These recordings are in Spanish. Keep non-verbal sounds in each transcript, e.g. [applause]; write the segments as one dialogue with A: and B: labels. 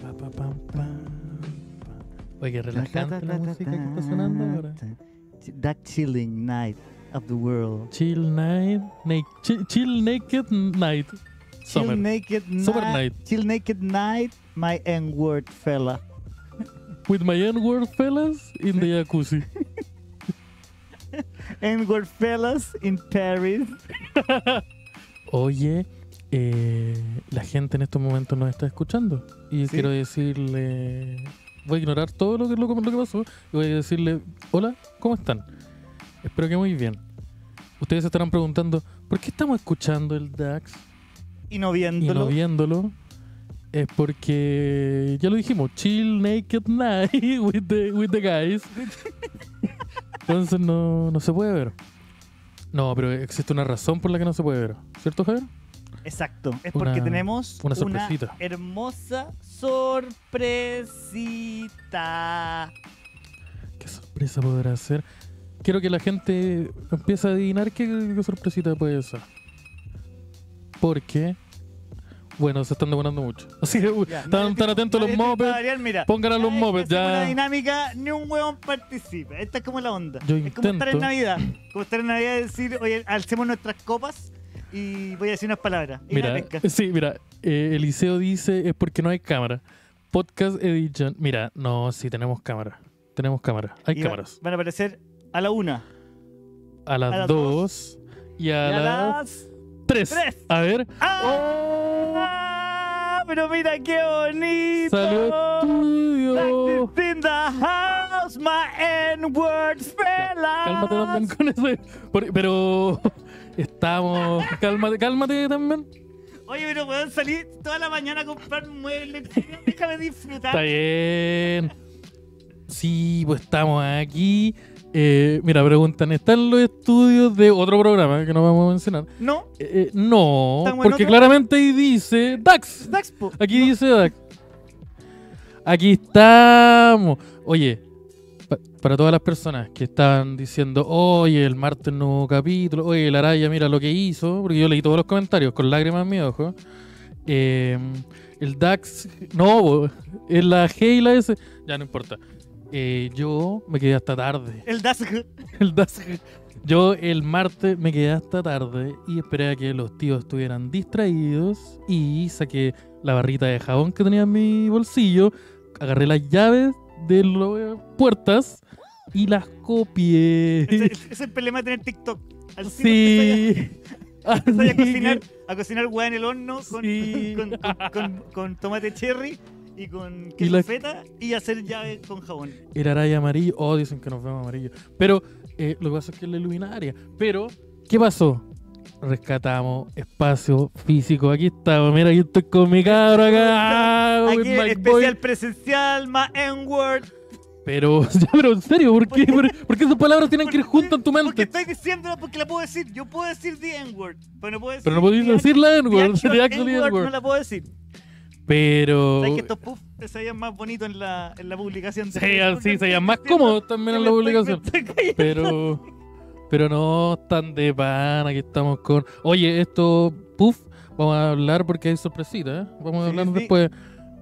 A: Pa, pa, pam, pam, pam. Oye,
B: Pues
A: relajante la música que está sonando ahora.
B: That chilling night of the world.
A: Chill Night, na- chi- Chill Naked Night.
B: Chill
A: Summer.
B: naked night.
A: Summer night.
B: Chill naked night, my N-word fella.
A: With my N-word fellas in the jacuzzi.
B: N-word fellas in Paris.
A: Oye, eh, la gente en estos momentos nos está escuchando. Y yo
B: Sí.
A: quiero decirle. Voy a ignorar todo lo que, lo, que- lo que pasó. Y voy a decirle: Hola, ¿cómo están? Espero que muy bien. Ustedes se estarán preguntando: ¿por qué estamos escuchando el DAX y
B: Y no
A: no
B: viéndolo.
A: viéndolo? Es porque ya lo dijimos: Chill Naked Night [laughs] with the, with the guys. Entonces no, no se puede ver. No, pero existe una razón por la que no se puede ver. ¿Cierto, Javier?
B: Exacto. Es porque
A: Una-
B: tenemos
A: una sorpresita.
B: hermosa sorpresita.
A: ¿Qué sorpresa podrá ser? Quiero que la gente empiece a adivinar qué, qué sorpresita puede ser. Porque, bueno, se están demorando mucho. [laughs] Así que,
B: Ya, nadie
A: están tan
B: pico-
A: atentos los
B: nadie pico para
A: mopeds.
B: variar, mira.
A: Pongan a los
B: Cada vez
A: mopeds,
B: que hacemos
A: ya.
B: una dinámica, ni un huevón participa. Esta es como la onda.
A: Yo
B: es como estar en
A: intento.
B: Navidad. Como estar en Navidad y decir, oye, alcemos nuestras copas y voy a decir unas palabras. Y la
A: Mira, [laughs]
B: pesca.
A: sí, mira, eh, Eliseo dice es porque no hay cámara. Podcast Edition. Mira, no, sí, tenemos cámara. Tenemos cámara. Hay
B: Y va-
A: cámaras.
B: van a aparecer a la una.
A: A las,
B: las
A: 2 y
B: Y
A: a,
B: a
A: las
B: las.
A: 3.
B: tres.
A: A ver.
B: ¡Ah! ¡Ah! Pero mira qué bonito.
A: Salud, estudio.
B: Taxis in the house, my N-word fellas.
A: Cálmate también con eso. Por- Pero [laughs] estamos. Cálmate, cálmate también.
B: Oye, pero weón, salí toda la mañana a comprar muebles. Déjame disfrutar.
A: Está bien. Sí, pues estamos aquí. Eh, mira, preguntan, ¿están los estudios de otro programa que no vamos a mencionar?
B: No,
A: Eh, eh, no,
B: ¿Estamos en
A: porque
B: otro?
A: claramente ahí dice DAX.
B: Dax, po.
A: Aquí dice DAX. Aquí estamos. Oye, pa- para todas las personas que estaban diciendo, oye, el martes nuevo capítulo, oye, la Araya, mira lo que hizo, porque yo leí todos los comentarios con lágrimas en mi ojo. Eh, el DAX, no, bo, es la G y la S, ya no importa. Eh, yo me quedé hasta tarde.
B: El Dax.
A: [laughs] El Dax. Yo el martes me quedé hasta tarde y esperé a que los tíos estuvieran distraídos y saqué la barrita de jabón que tenía en mi bolsillo, agarré las llaves de las puertas y las copié.
B: Ese, ese es el problema de tener TikTok. Al cine
A: Sí.
B: Empecé
A: [laughs]
B: a
A: Así que-
B: cocinar, a cocinar weá en el horno con,
A: Sí.
B: [laughs] con, con- con- con tomate cherry y con
A: Y
B: queso
A: la-
B: feta y hacer llaves con jabón.
A: El araya amarillo. Oh, dicen que nos vemos amarillo. Pero eh, lo que pasa es que es la luminaria. Pero, ¿qué pasó? Rescatamos espacio físico. Aquí estamos. Mira, aquí estoy con mi cabro acá.
B: [laughs]
A: Oh,
B: Aquí
A: with my boy.
B: especial presencial, más N-word.
A: Pero, [laughs] ya, pero en serio, ¿por qué? ¿Por, por qué esas palabras tienen que ir juntas en tu
B: Porque
A: mente?
B: estoy diciéndola porque la puedo decir. Yo puedo decir the N-word, pero no puedo decir.
A: Pero no podéis
B: the
A: decirla en
B: the
A: Word.
B: actual
A: The actually
B: N-word
A: N-word.
B: No la puedo decir.
A: Pero.
B: ¿Sabes que estos puffs se veían más bonitos en la, en la publicación?
A: Se veían- sí, se veían más cómodos también en la publicación. Pero, pero no tan de pan, aquí estamos con. Oye, esto, puff, vamos a hablar porque hay sorpresita, ¿eh? Vamos a
B: Sí,
A: hablar
B: sí.
A: después.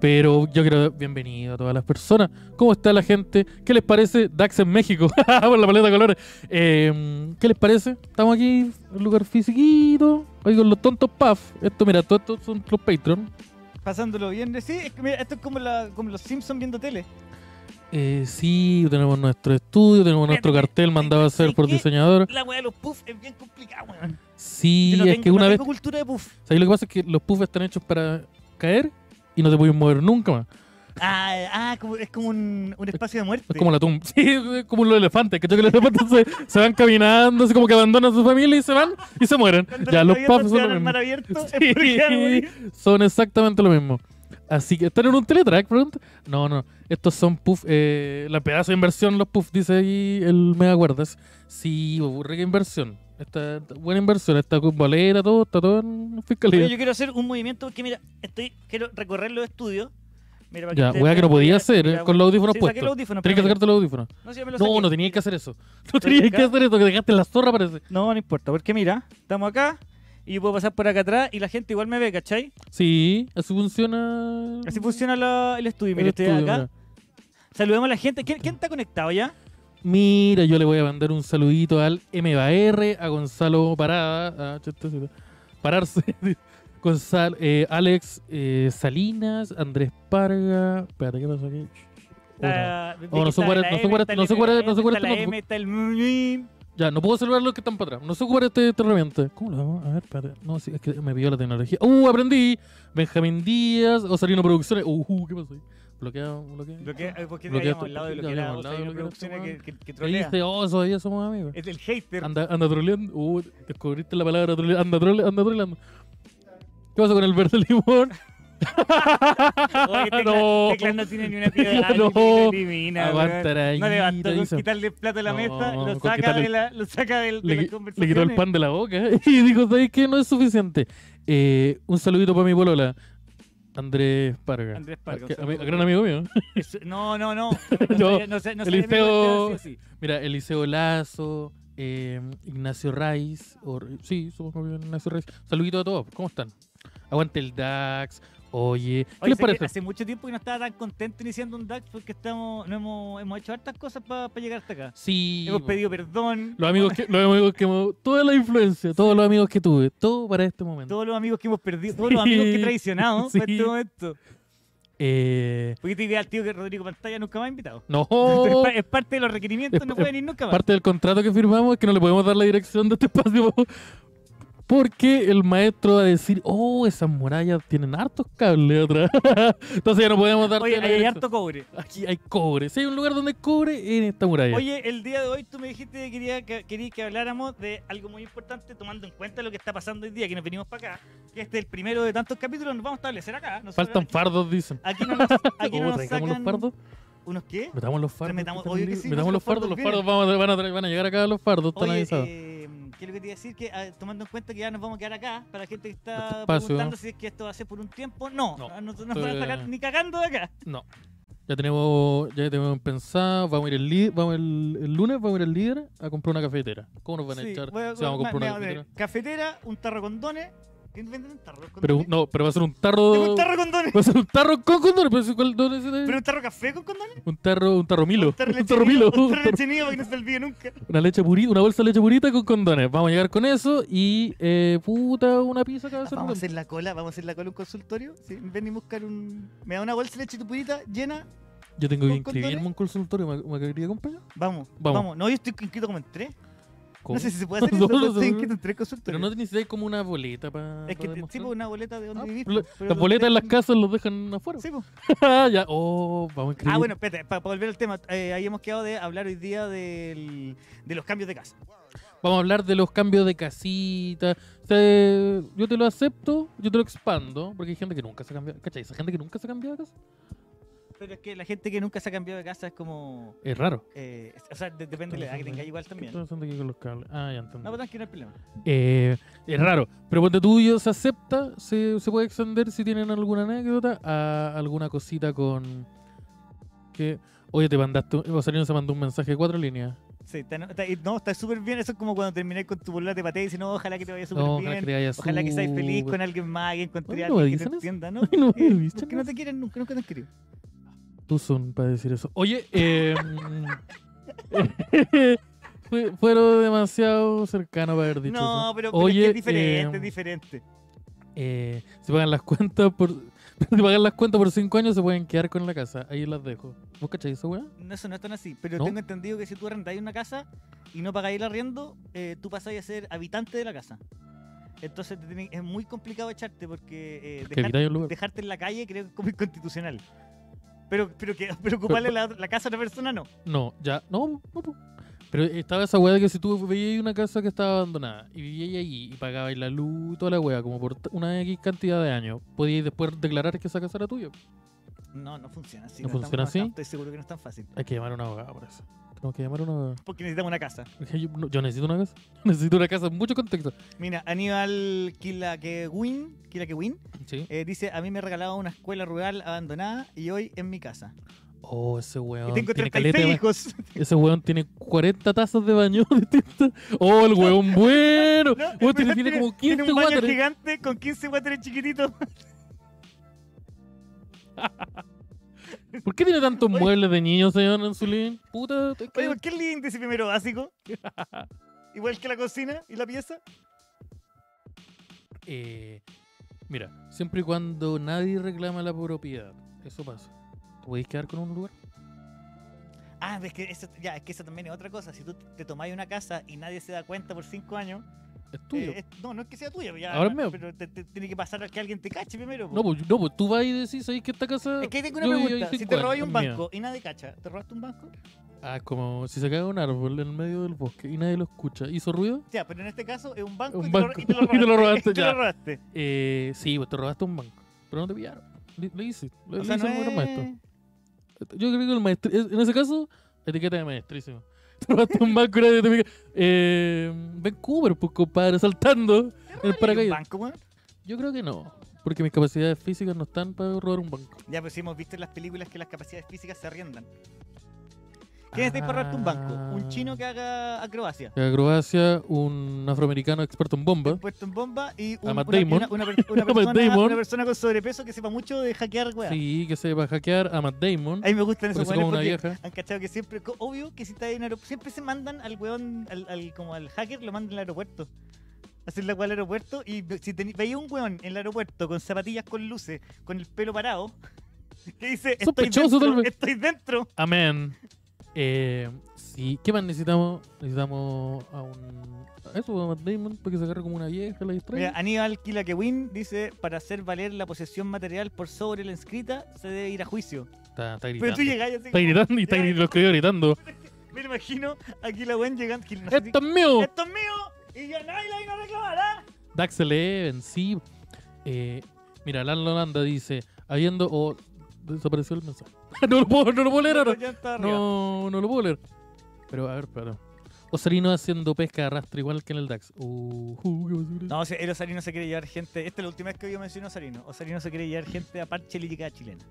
A: Pero yo quiero dar bienvenido a todas las personas. ¿Cómo está la gente? ¿Qué les parece DAX en México? [laughs] Por la paleta de colores. Eh, ¿Qué les parece? Estamos aquí en un lugar fisiquito. Oigan, los tontos puff. Esto, mira, todos estos son los Patreon.
B: Pasándolo bien. Eh, Sí, es que mira, esto es como, la, como los Simpsons viendo tele.
A: Eh, sí, tenemos nuestro estudio, tenemos nuestro cartel mandado a hacer por
B: ¿Qué?
A: diseñador.
B: La weá de los puffs es bien complicada, weón.
A: Sí,
B: Yo no
A: es
B: tengo-
A: que
B: no
A: una vez
B: tengo cultura de puff.
A: O sea, y lo que pasa es que los puffs están hechos para caer y no te puedes mover nunca más.
B: Ah, ah como- es como un, un espacio de muerte.
A: Es como la tumba. [laughs] Sí, es como los elefantes. ¿cachai? Que los elefantes se, se van caminando, así como que abandonan a su familia y se van y se mueren.
B: Cuando
A: Ya, los puffs
B: se
A: son
B: van
A: lo
B: al
A: mismo.
B: mar abierto,
A: [laughs] Sí,
B: es porque van a morir.
A: son exactamente lo mismo. Así que, ¿están en un teletrack, pronto? No, no. Estos son puff. eh, la pedazo de inversión, los puff, dice ahí el Mega Guardas. Sí, rica inversión. Esta, buena inversión. Esta boleta, todo, está todo en
B: Oye,
A: fiscalía.
B: yo quiero hacer un movimiento porque mira, estoy quiero recorrer los estudios. Mira, para
A: Ya,
B: ustedes
A: weá que no
B: vean.
A: podía hacer, eh,
B: Ya,
A: con los audífonos
B: sí, saqué
A: puestos.
B: los audífonos,
A: Tenías que
B: pero mira.
A: sacarte los audífonos.
B: No, sí, ya me los
A: No,
B: saqué.
A: no tenías que hacer eso. [laughs] No
B: ¿Lo
A: tenías que
B: sacás?
A: hacer eso, que dejaste la zorra para ese.
B: No, no importa, porque mira, estamos acá
C: y yo puedo pasar por acá atrás y la gente igual me ve, ¿cachai?
A: Sí, así funciona.
C: Así funciona la- el estudio.
A: Mm. el
C: Mira, estoy
A: estudio,
C: acá.
A: mira.
C: Saludemos a la gente. ¿Quién, quién está conectado ya?
A: Mira, yo le voy a mandar un saludito al MBR, a Gonzalo Parada, a chistosito, Pararse, [laughs] Gonzalo, eh, Alex eh, Salinas, Andrés Parga. Espérate, ¿qué pasó aquí? Puta.
C: Está-
A: Oh, no sé
C: está
A: cuál es-
C: la
A: no sé
C: M,
A: cuál es-
C: está el
A: no sé cuál es-
C: FM,
A: no sé cuál es
C: Está
A: tu
C: la
A: notebook.
C: M, está el... mm,
A: Ya, no puedo saludar los que están para atrás. No sé ocupar este esta herramienta. ¿Cómo lo hago? A ver, espérate. No, sí, es que me pidió la tecnología. ¡Uh, aprendí! Benjamín Díaz, Osarino Producciones. ¡Uh, uh, qué pasó ahí? Bloqueado, bloqueado.
B: Lo que, eh, porque
A: Bloquea esto-
B: habíamos hablado de lo
A: ya
B: que era
A: habíamos
B: o sea,
A: hablado de
B: una
A: lo que era
B: producción
A: este
B: que, que, que
A: ¿Qué
B: trolea.
A: dice? Oh, todavía somos amigos.
B: Es del hater.
A: Anda, anda troleando. Uh, descubriste la palabra troleando. Anda, trole, anda troleando. ¿Qué pasa con el verde
B: [laughs]
A: limón?
C: Oye, Tecla-
A: [laughs] No.
C: Tecla no tiene ni una piedra.
A: No.
C: no. Elimina,
A: Aguanta
C: weón.
A: ahí,
C: No le bastó
A: te
C: con
A: hizo.
C: quitarle el plato a la
A: No,
C: mesa, lo
A: con
C: saca
A: quitarle
C: de
A: el-
C: la, lo saca del- de, las
A: le, qui- le quitó
C: conversaciones.
A: el pan de la boca ¿eh? [laughs] y dijo, ¿sabes qué? No es suficiente. Eh, un saludito para mi polola, Andrés Parga.
C: Andrés Parga,
A: Que-
C: un saludo.
A: ami- gran amigo mío. [laughs]
C: Eso- No, no, no.
A: No,
C: sé- sé- no sé,
A: Eliseo-
C: amigo, sí, sí.
A: Mira, Eliseo Lazo, eh, Ignacio Raiz. o- sí, supongo que Ignacio Raiz. Saludito a todos. ¿Cómo están? Aguante el DAX. Oye, ¿qué
C: Oye,
A: les
C: sé que
A: parece?
C: Hace mucho tiempo que no estaba tan contento iniciando un DAX porque estamos, no hemos, hemos hecho hartas cosas para llegar hasta acá.
A: Sí.
C: hemos
A: po.
C: pedido perdón.
A: Los amigos que, los amigos que mo- toda la influencia, todos los amigos que tuve, todo para este momento.
C: Todos los amigos que hemos perdido, todos los amigos que he traicionado
A: [laughs] Sí.
C: en este momento.
A: Eh,
C: Porque te idea al tío que Rodrigo Pantalla nunca más ha invitado. [laughs]
A: no,
C: Es pa- Es parte de los requerimientos,
A: Oh. Es-
C: no pueden ir [laughs] nunca más.
A: parte del contrato que firmamos es que no le podemos dar la dirección de este espacio. [laughs] Porque el maestro va a decir, oh, esas murallas tienen hartos cables atrás. [laughs] Entonces ya no podemos darte
C: Oye, ahí
A: la
C: hay
A: dirección.
C: harto cobre.
A: Aquí hay cobre. Si hay un lugar donde hay cobre, en esta muralla.
C: Oye, el día de hoy tú me dijiste que quería que, querías que habláramos de algo muy importante, tomando en cuenta lo que está pasando hoy día, que nos venimos para acá. Que este es el primero de tantos capítulos, nos vamos a establecer acá. Nosotros
A: Faltan fardos, dicen.
C: Aquí no nos, aquí
A: [laughs]
C: no
A: Oh,
C: nos
A: traigamos
C: sacan...
A: los fardos.
C: ¿Unos qué?
A: Metamos los fardos.
C: Metamos-
A: están
C: obvio que
A: libres.
C: sí,
A: Metamos
C: los
A: los fardos. Los
C: fardos
A: fardos van a, van, a, van a llegar acá los fardos. Están
C: Oye,
A: avisados.
C: eh, ¿qué es lo que te iba a decir? Que ah, tomando en cuenta que ya nos vamos a quedar acá, para la gente que
A: Este
C: está
A: espacio.
C: preguntando si es que esto va a ser por un tiempo, no,
A: No,
C: no, no nos
A: esto
C: van a
A: es-
C: sacar ni cagando de acá.
A: No. Ya tenemos, ya tenemos pensado, vamos a ir el, li- vamos el, el lunes, vamos a ir al líder a comprar una cafetera. ¿Cómo nos van a
C: Sí,
A: echar
C: voy a-
A: si vamos a
C: me-
A: comprar una
C: me voy a poner
A: cafetera?
C: Cafetera, un tarro con dones. ¿Qué venden en tarro? con
A: Pero
C: dones?
A: no, pero va a ser un
C: Tengo
A: tarro.
C: un tarro con dones.
A: Va a ser un tarro con condones, pero si cuál dónde se te-
C: ¿Pero un tarro café con condones?
A: un tarro, un tarro milo,
C: Un tarro
A: un tarro milo,
C: lechenido, un
A: un
C: tarro
A: tarro-
C: lechenido para que no se olvide nunca.
A: una leche purita, una bolsa de leche purita con condones. Vamos a llegar con eso y eh, puta una pizza cada
B: Ah, Vamos a
A: vez.
B: hacer la cola, vamos a hacer la cola en un consultorio. ¿sí? Ven y buscar un. Me da una bolsa de leche tupurita llena.
A: Yo tengo que
B: ¿Con
A: inscribirme en
B: condones?
A: un consultorio, ¿me, me quería acompañar?
B: Vamos,
A: Vamos.
B: vamos. No, yo estoy inscrito como en tres.
A: ¿Cómo?
B: No sé si se puede
A: [laughs]
B: hacer
A: No,
B: eso, pero
A: no se
B: estoy
A: puede.
B: inscrito en tres
A: pero
B: consultorios.
A: no necesitáis como una boleta para
B: es que te- sí, pues, una boleta de donde
A: Ah,
B: vivís.
A: lo-
B: pues,
A: las
B: pero los
A: boletas en las
B: tres-
A: casas los dejan afuera. [laughs]
B: Sí, pues.
A: ya, oh, vamos a escribir.
B: Ah, bueno, espérate, para volver al tema, eh, habíamos quedado de hablar hoy día del, de los cambios de casa.
A: Vamos a hablar de los cambios de casita. Se- yo te lo acepto, yo te lo expando, porque hay gente que nunca se cambia. ¿Cachai? Esa gente que nunca se cambia de casa.
B: Pero es que la gente que nunca se ha cambiado de casa es como.
A: Es raro.
B: eh, o sea, de- depende de la edad que tenga igual también.
A: Estoy
B: No,
A: pensando aquí con los cables. Ah, ya entendí.
B: pero tranquilo, no hay problema.
A: Eh, es raro. Pero ponte tuyo se acepta, se, se puede extender si tienen alguna anécdota a alguna cosita con. que. Oye, te mandaste. un- Osarino se mandó un mensaje de cuatro líneas.
B: Sí, está, no, está- y- no, está súper bien. Eso es como cuando termináis con tu bolola te pateas y dices, no, ojalá que te vaya súper
A: No, ojalá
B: bien.
A: que te vaya
B: Ojalá que seas feliz
A: súper".
B: con alguien más, que encontré a
A: Ay, no me
B: alguien que
A: dicen
B: te
A: eso.
B: entienda, ¿no?
A: [laughs] Ay, [laughs] no me
B: Eh,
A: dicen
B: porque no te quieren nunca, nunca te han querido.
A: Tú son para decir eso. Oye, eh, [laughs] fue- fueron demasiado cercanos para haber dicho
B: No,
A: eso.
B: pero, pero
A: Oye,
B: es, que es diferente,
A: eh,
B: es diferente.
A: eh, si pagan las cuentas por [laughs] si pagan las cuentas por 5 años se pueden quedar con la casa. Ahí las dejo. ¿Vos cachai eso, weón?
B: No, eso no es tan así. Pero
A: ¿No?
B: tengo entendido que si tú arrendáis una casa y no pagáis el arriendo, eh, tú pasáis a ser habitante de la casa. Entonces te tienen- es muy complicado echarte porque eh,
A: Que
B: dejar-
A: evitáis un lugar.
B: dejarte en la calle creo que es como inconstitucional. Pero, pero, que, [laughs] pero ocuparle la, la casa a otra persona no.
A: No, ya, no, no. po. Pero estaba esa weá de que si tú veías una casa que estaba abandonada y vivíais ahí y pagabais la luz y toda la weá como por t- una X cantidad de años, podíais después declarar que esa casa era tuya.
B: No, no funciona así.
A: ¿No
B: estamos-
A: funciona así?
B: estamos- Estoy seguro que no es tan fácil.
A: Hay que llamar a una abogada por eso. Tenemos que llamar a una abogada.
B: Porque necesitamos una casa.
A: Dije, Yo, no, yo necesito una casa. [laughs] Necesito una casa en mucho contexto.
B: Mira, Aníbal Kilaquewin, Kilaquewin
A: Sí.
B: eh, dice, a mí me regalaba una escuela rural abandonada y hoy en mi casa.
A: Oh, ese weón.
C: Y tengo 36
A: tiene caleta de ba-
C: hijos.
A: Ese weón tiene 40 tazas de baño [laughs] distintas. Oh, el weón bueno.
C: No, el
A: Weón, tiene,
C: weón
A: tiene
C: tiene-
A: como
C: Tiene
A: 15
C: un baño
A: water.
C: gigante con 15 wateres
A: [laughs]
C: chiquititos.
A: ¿Por qué tiene tantos
C: Oye.
A: muebles de niño, señor, en su living? Puta, es que-
C: Oye, ¿por qué el living dice primero
A: [laughs]
C: básico? Igual que la cocina y la pieza.
A: Eh, mira, siempre y cuando nadie reclama la propiedad, eso pasa. ¿Te podéis quedar con un lugar?
B: Ah, es que eso, ya, es que eso también es otra cosa. Si tú te tomáis una casa y nadie se da cuenta por cinco años,
A: Es tuyo.
B: eh, es- no, no es que sea tuya, pero ya-
A: Ahora es mío.
B: pero te, te- tiene que pasar a que alguien te cache primero. po.
A: no, pues, no, pues tú vas y decís, ¿sabéis que esta casa?
B: es que tengo una
A: yo viví ahí
B: pregunta. Si
A: cinco
B: te
A: años,
B: robáis un
A: es mía"?
B: banco y nadie cacha, ¿te robaste un banco?
A: Ah, como si se cae un árbol en medio del bosque y nadie lo escucha. ¿Hizo ruido?
B: Ya, pero en este caso es un banco,
A: Un
B: y,
A: banco. [laughs]
B: Te lo, y te lo robaste. y [laughs] te
A: ya.
B: lo robaste.
A: Eh, sí, pues te robaste un banco, pero no te pillaron. Le, le hice, le,
B: O
A: le
B: sea,
A: hice
B: no
A: un buen maestro.
B: es...
A: Yo creo que el maestro, es- en ese caso, etiqueta de maestrísimo. [laughs] Te robaste un banco y nadie te pilla. Eh, Vancouver, pues compadre, saltando en el
C: ¿Para un
A: paracaídas.
C: banco, weón?
A: Yo creo que no, porque mis capacidades físicas no están para robar un banco.
B: Ya, pues sí, hemos visto en las películas que las capacidades físicas se arriendan. ¿Qué necesitas para robarte un banco?
A: Ah.
B: Un chino que haga acrobacia.
A: De Acrobacia, un afroamericano experto en bombas.
B: Puesto en bomba y un-
A: A
B: una,
A: Matt Damon.
B: una- una per-
A: [laughs]
B: una
A: A Matt
B: persona,
A: Damon.
B: una persona con sobrepeso que sepa mucho de hackear, weá.
A: Sí, que sepa hackear a Matt Damon.
B: A mí me gustan
A: Porque
B: esos
A: se come
B: weones
A: una
B: porque
A: vieja.
B: han cachado que siempre, co- obvio que si está en aeropuerto, siempre se mandan al weón, al, al- como al hacker, lo mandan al aeropuerto. Hacer la weá al aeropuerto y ve- si teni- veía un weón en el aeropuerto con zapatillas con luces, con el pelo parado, [laughs] que dice, estoy
A: Sospechoso, tal
B: dentro,
A: vez.
B: estoy dentro.
A: Amén. Eh, sí, ¿qué más necesitamos? Necesitamos a un. A eso, a Matt Damon, para que se agarre como una vieja, la
B: Mira,
A: distraiga.
B: Aníbal Kilaquewin dice, para hacer valer la posesión material por sobre la inscrita, se debe ir a juicio.
A: Está, está
B: Pero
A: gritando.
B: tú llegás y así
A: Está
B: como-
A: gritando y está gri- lo escribió
B: [laughs]
A: gritando.
B: Me lo imagino aquí la weón llegando. que no sé si-
A: ¡Esto es mío!
B: ¡Esto es mío! Y ya nadie la vino a reclamar, ¿ah?
A: Dax Eleven, sí. Eh, mira, Lan Lolanda dice, habiendo... oh, desapareció el mensaje. [laughs] no, lo puedo, no lo puedo leer ahora.
B: Ya está arriba.
A: No, no lo puedo leer. Pero a ver, espera. Osarino haciendo pesca de arrastre igual que en el Dax. Uh, uh, qué basura.
B: No, o sea, el Osarino se quiere llevar gente. Esta es la última vez que yo menciono a Osarino. Osarino se quiere llevar gente a parche lírica chilena.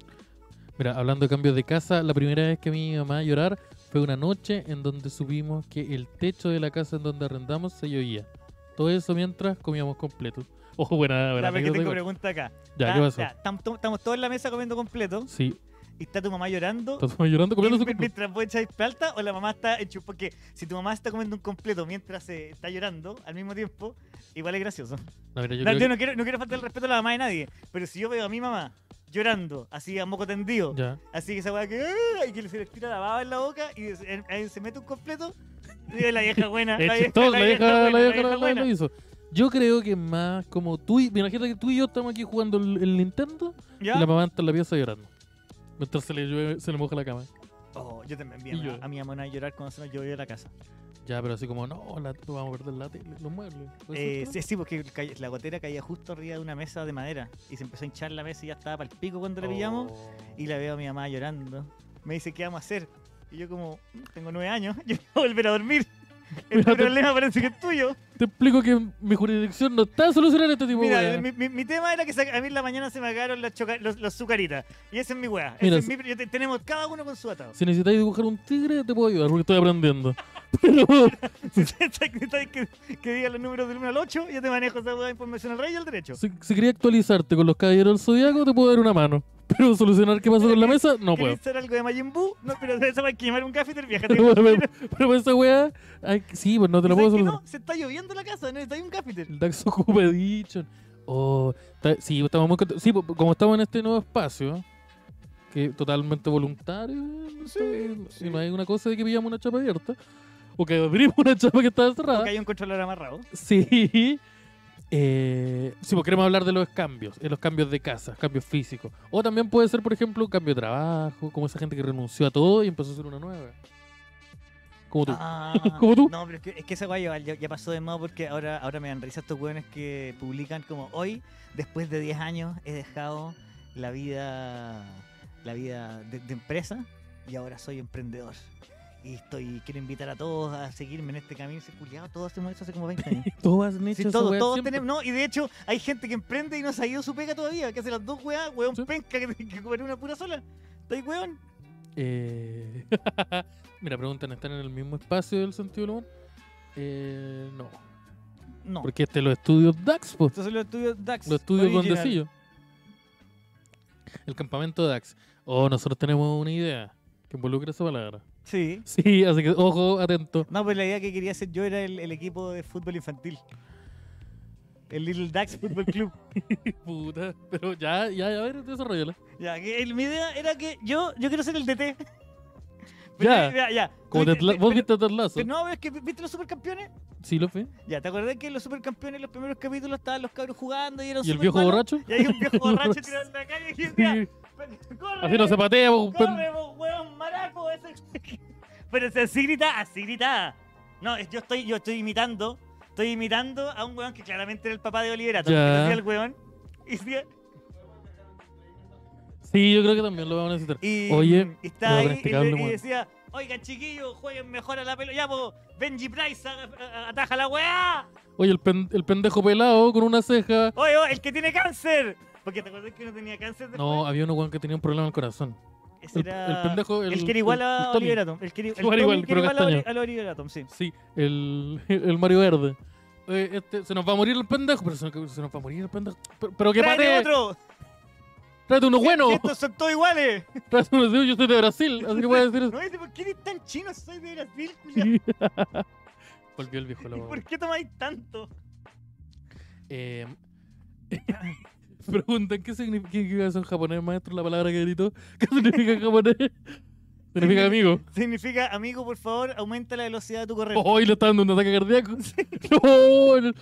A: Mira, hablando de cambios de casa, la primera vez que mi mamá llorar fue una noche en donde supimos que el techo de la casa en donde arrendamos se llovía. Todo eso mientras comíamos completo. [laughs] Ojo, buena, buena.
B: Ya, porque
A: anécdota.
B: tengo pregunta acá.
A: ya,
B: Está-
A: ¿qué pasó?
B: ya, tam- to- Estamos todos en la mesa comiendo completo
A: Sí,
B: y está tu mamá llorando.
A: estás llorando comiendo su
B: mi- mientras vos echáis plata o la mamá está hecho porque si tu mamá está comiendo un completo mientras eh, está llorando al mismo tiempo igual es gracioso
A: No, mira, yo
B: No,
A: creo
B: yo no quiero, no quiero faltar el respeto a la mamá de nadie pero si yo veo a mi mamá llorando así a moco tendido
A: que- ya.
B: Así que esa weá que. ¡ah! Y que se les tira la baba en la boca y des- en- ahí se mete un completo. Y la vieja buena.
A: Es
B: la vieja-
A: chistoso, la vieja, la
B: buena,
A: vieja
B: la
A: la- la-
B: buena.
A: lo hizo. Yo creo que es más como tú y. Imagínate que tú y yo estamos aquí jugando el, el Nintendo
B: ¿Ya?
A: y la mamá está en la pieza llorando. Mientras se le, llueve- se le moja la cama.
B: Oh, yo también vi
A: Y
B: a, mi-
A: yo.
B: a mi mamá a llorar cuando se nos llovió de la casa.
A: Ya, pero así como, no, la, vamos a perder la tele, los muebles. pues, ¿Puede
B: Eh,
A: ser que
B: sí, sí, porque el ca- la gotera caía justo arriba de una mesa de madera. Y se empezó a hinchar la mesa y ya estaba para el pico cuando
A: no?
B: la pillamos.
A: Oh.
B: Y la veo a mi mamá llorando. Me dice, ¿qué vamos a hacer? Y yo, como, "Mm, tengo nueve años, [laughs] yo voy a volver a
A: [laughs]
B: dormir. El
A: Mira, te-
B: problema parece que es tuyo.
A: Te explico que mi jurisdicción no está a solucionar este tipo de.
B: Mira,
A: weas.
B: mi, mi- mi tema era que se- a mí en la mañana se me acabaron las choca- los, los sucaritas. Y ese es mi weá. Ese
A: Mira,
B: es
A: si-
B: mi- yo te- tenemos cada uno con su atado.
A: [laughs]
B: [laughs]
A: Si necesitáis dibujar un tigre, te puedo ayudar porque estoy aprendiendo. [laughs] Pero,
B: Si necesitas que, que diga los números del 1 al 8, yo te manejo esa weá de información al rey y al derecho.
A: si, si quería actualizarte con los caballeros del zodiaco, te puedo dar una mano. Pero solucionar qué pasó con la mesa, no puedo.
B: ¿Quieres hacer algo de Majin Buu? No, pero [laughs] esa va a quemar
A: [laughs]
B: un cafeter, vieja. te-
A: pero, pero- pero esa weá, ay, sí, pues no te lo
B: ¿Sabes
A: puedo
B: que
A: solucionar.
B: no? Se está lloviendo la casa, necesitas un cafeter.
A: El Dax Ocupa Edition. Oh, ta- sí, estamos muy contentos. Sí, po- como estamos en este nuevo espacio, que es totalmente voluntario, no sé, si no hay una cosa de que pillamos una chapa abierta, o que abrimos una chapa que estaba cerrada.
B: Porque hay un controlador amarrado.
A: Sí. [laughs] Eh, sí, porque queremos hablar de los cambios, de los cambios de casa, cambios físicos. O también puede ser, por ejemplo, un cambio de trabajo, como esa gente que renunció a todo y empezó a hacer una nueva. Como tú.
B: Ah,
A: ¿Cómo tú?
B: No, pero es que, es que esa guay ya, ya pasó de moda porque ahora, ahora me dan risa estos hueones que publican como hoy, después de 10 años, he dejado la vida, la vida de, de empresa y ahora soy emprendedor. Y estoy, quiero invitar a todos a seguirme en este camino. Y dice, "Culiao, todos hacemos eso hace como 20 años.
A: Todos han
B: Sí,
A: hecho esa
B: todos,
A: wea
B: todos
A: siempre.
B: tenemos, no, y de hecho hay gente que emprende y no se ha ido su pega todavía, que hace las dos weas, weón
A: Sí.
B: penca que tiene que comer una pura sola. ¿Estáis weón?
A: Eh, [laughs] Mira, preguntan, ¿están en el mismo espacio del sentido del humor? Eh, no.
B: No.
A: Porque este es los estudios DAX, pues.
B: Entonces los estudios DAX.
A: Los estudios
B: original.
A: Condecillo. El campamento DAX. Oh, nosotros tenemos una idea que involucra esa palabra.
B: [laughs] Sí.
A: Sí, así que ojo, atento. [laughs]
B: No, pues la idea que quería hacer yo era el, el equipo de fútbol infantil. El Little Dax
A: [laughs]
B: Football Club.
A: Puta, pero ya, ya, a ver, desarrollala.
B: ya, que el- mi idea era que yo, yo quiero ser el DT.
A: Ya.
B: ya, ya.
A: Como Ted
B: Pero-
A: La-
B: pero-
A: vos viste a Ted Lasso.
B: pero no, es que viste los supercampeones.
A: Sí, lo vi.
B: Ya, ¿te acordás que en los supercampeones, los primeros capítulos, estaban los cabros jugando y eran
A: ¿Y el
B: super
A: viejo
B: malos?
A: borracho?
B: Y hay un viejo borracho tirado en la calle y dice, "Ya,
A: Sí.
B: corre,
A: Así no se patea, po, pen-
B: corre, vos, huevón maraco. ese". [laughs] Pero si así grita, así grita. No, es- yo estoy, yo estoy imitando, estoy imitando a un weón que claramente era el papá de Oliverato.
A: Ya.
B: que lo hacía el weón. Y, se-
A: Sí, yo creo que también lo vamos a necesitar.
B: y-
A: Oye,
B: y
A: pero
B: está ahí y,
A: inexplicable,
B: le- y
A: weón.
B: decía, oigan chiquillos, jueguen mejor a la pelota. Ya, po, Benji Price, a- a- ataja la weá.
A: Oye, el, pen- el pendejo pelado con una ceja.
B: Oye, oye, el que tiene cáncer. Porque te acordás que uno tenía cáncer después.
A: No, había uno weón, que tenía un problema al corazón.
B: Ese
A: El,
B: era...
A: el pendejo. El,
B: El, que era igual
A: el- el
B: a
A: Tommy.
B: Oliver Atom. El que era el
A: Igual,
B: Tommy
A: igual,
B: que
A: pero
B: era igual a Oli-
A: castaño.
B: al Oliver Atom, sí.
A: Sí, el, [laughs] el Mario Verde. Oye, este, se nos va a morir el pendejo, pero se, se nos va a morir el pendejo. Pero, pero que
B: ¡Tráete
A: pate,
B: otro!
A: tráete uno bueno,
B: Si Estos son todos iguales.
A: [laughs] tráete uno, sí, yo soy de Brasil, así que voy a decir
B: [laughs]
A: eso.
B: No dice, ¿por qué eres tan chino? Soy de Brasil. culiao.
A: Sí. Volvió el viejo la
B: ¿Y
A: mamá.
B: por qué tomáis tanto?
A: Eh, [laughs] preguntan, ¿qué significa eso en japonés, maestro? La palabra que gritó. [laughs] ¿Qué significa en japonés? [laughs] Significa amigo.
B: Significa, amigo, por favor, aumenta la velocidad de tu correo.
A: Hoy Oh, le está dando un ataque cardíaco. [laughs] No, no.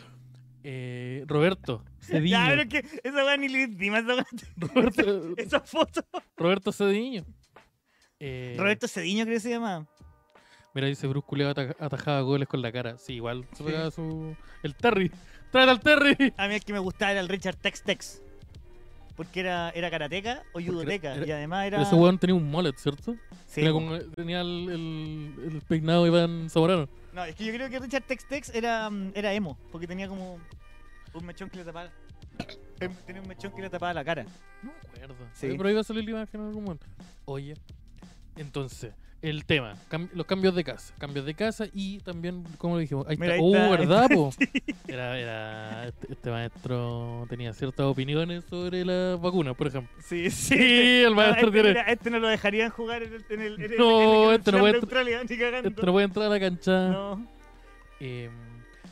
A: Eh, Roberto Cediño.
B: ya, pero es que esa weá ni le dime esa,
A: [laughs]
B: weá- [laughs]
A: Roberto,
B: esa foto.
A: Roberto Cediño. Eh,
B: Roberto Cediño creo que se llama.
A: Mira, dice Bruce Culeo ata- atajaba goles con la cara. Sí, igual se pegaba su. El Terry. ¡Tráete al Terry!
B: A mí el que me gustaba era el Richard Tex Tex. Porque era, era karateca o judoteca.
A: era-
B: y además era...
A: Pero Ese weón tenía un mullet, ¿cierto?
B: Sí, pues,
A: Era
B: po.
A: como- tenía el, el, el peinado de Iván Zamorano.
B: No, es que yo creo que Richard Tex Tex era, mm, era emo, porque tenía como un mechón que le tapaba. em, Tenía un mechón que le tapaba la cara.
A: No me acuerdo.
B: Sí.
A: Oye, Pero iba a salir la imagen en algún momento. Oye, entonces, el tema, cam- los cambios de casa. Cambios de casa y también, como dijimos, ahí
B: Mira,
A: está.
B: ahí
A: oh,
B: está, ahí
A: ¿verdad, po?
B: [laughs]
A: Era, era, este, este maestro tenía ciertas opiniones sobre las vacunas, por ejemplo.
B: [laughs] Sí, sí.
A: Sí, el
B: No,
A: maestro
B: este,
A: tiene.
B: mira, este no lo dejarían jugar en el. En el, en el-
A: No,
B: en el
A: este no puede-
B: de Australia, ni cagando.
A: Este no puede entrar a la cancha.
B: No.
A: Eh,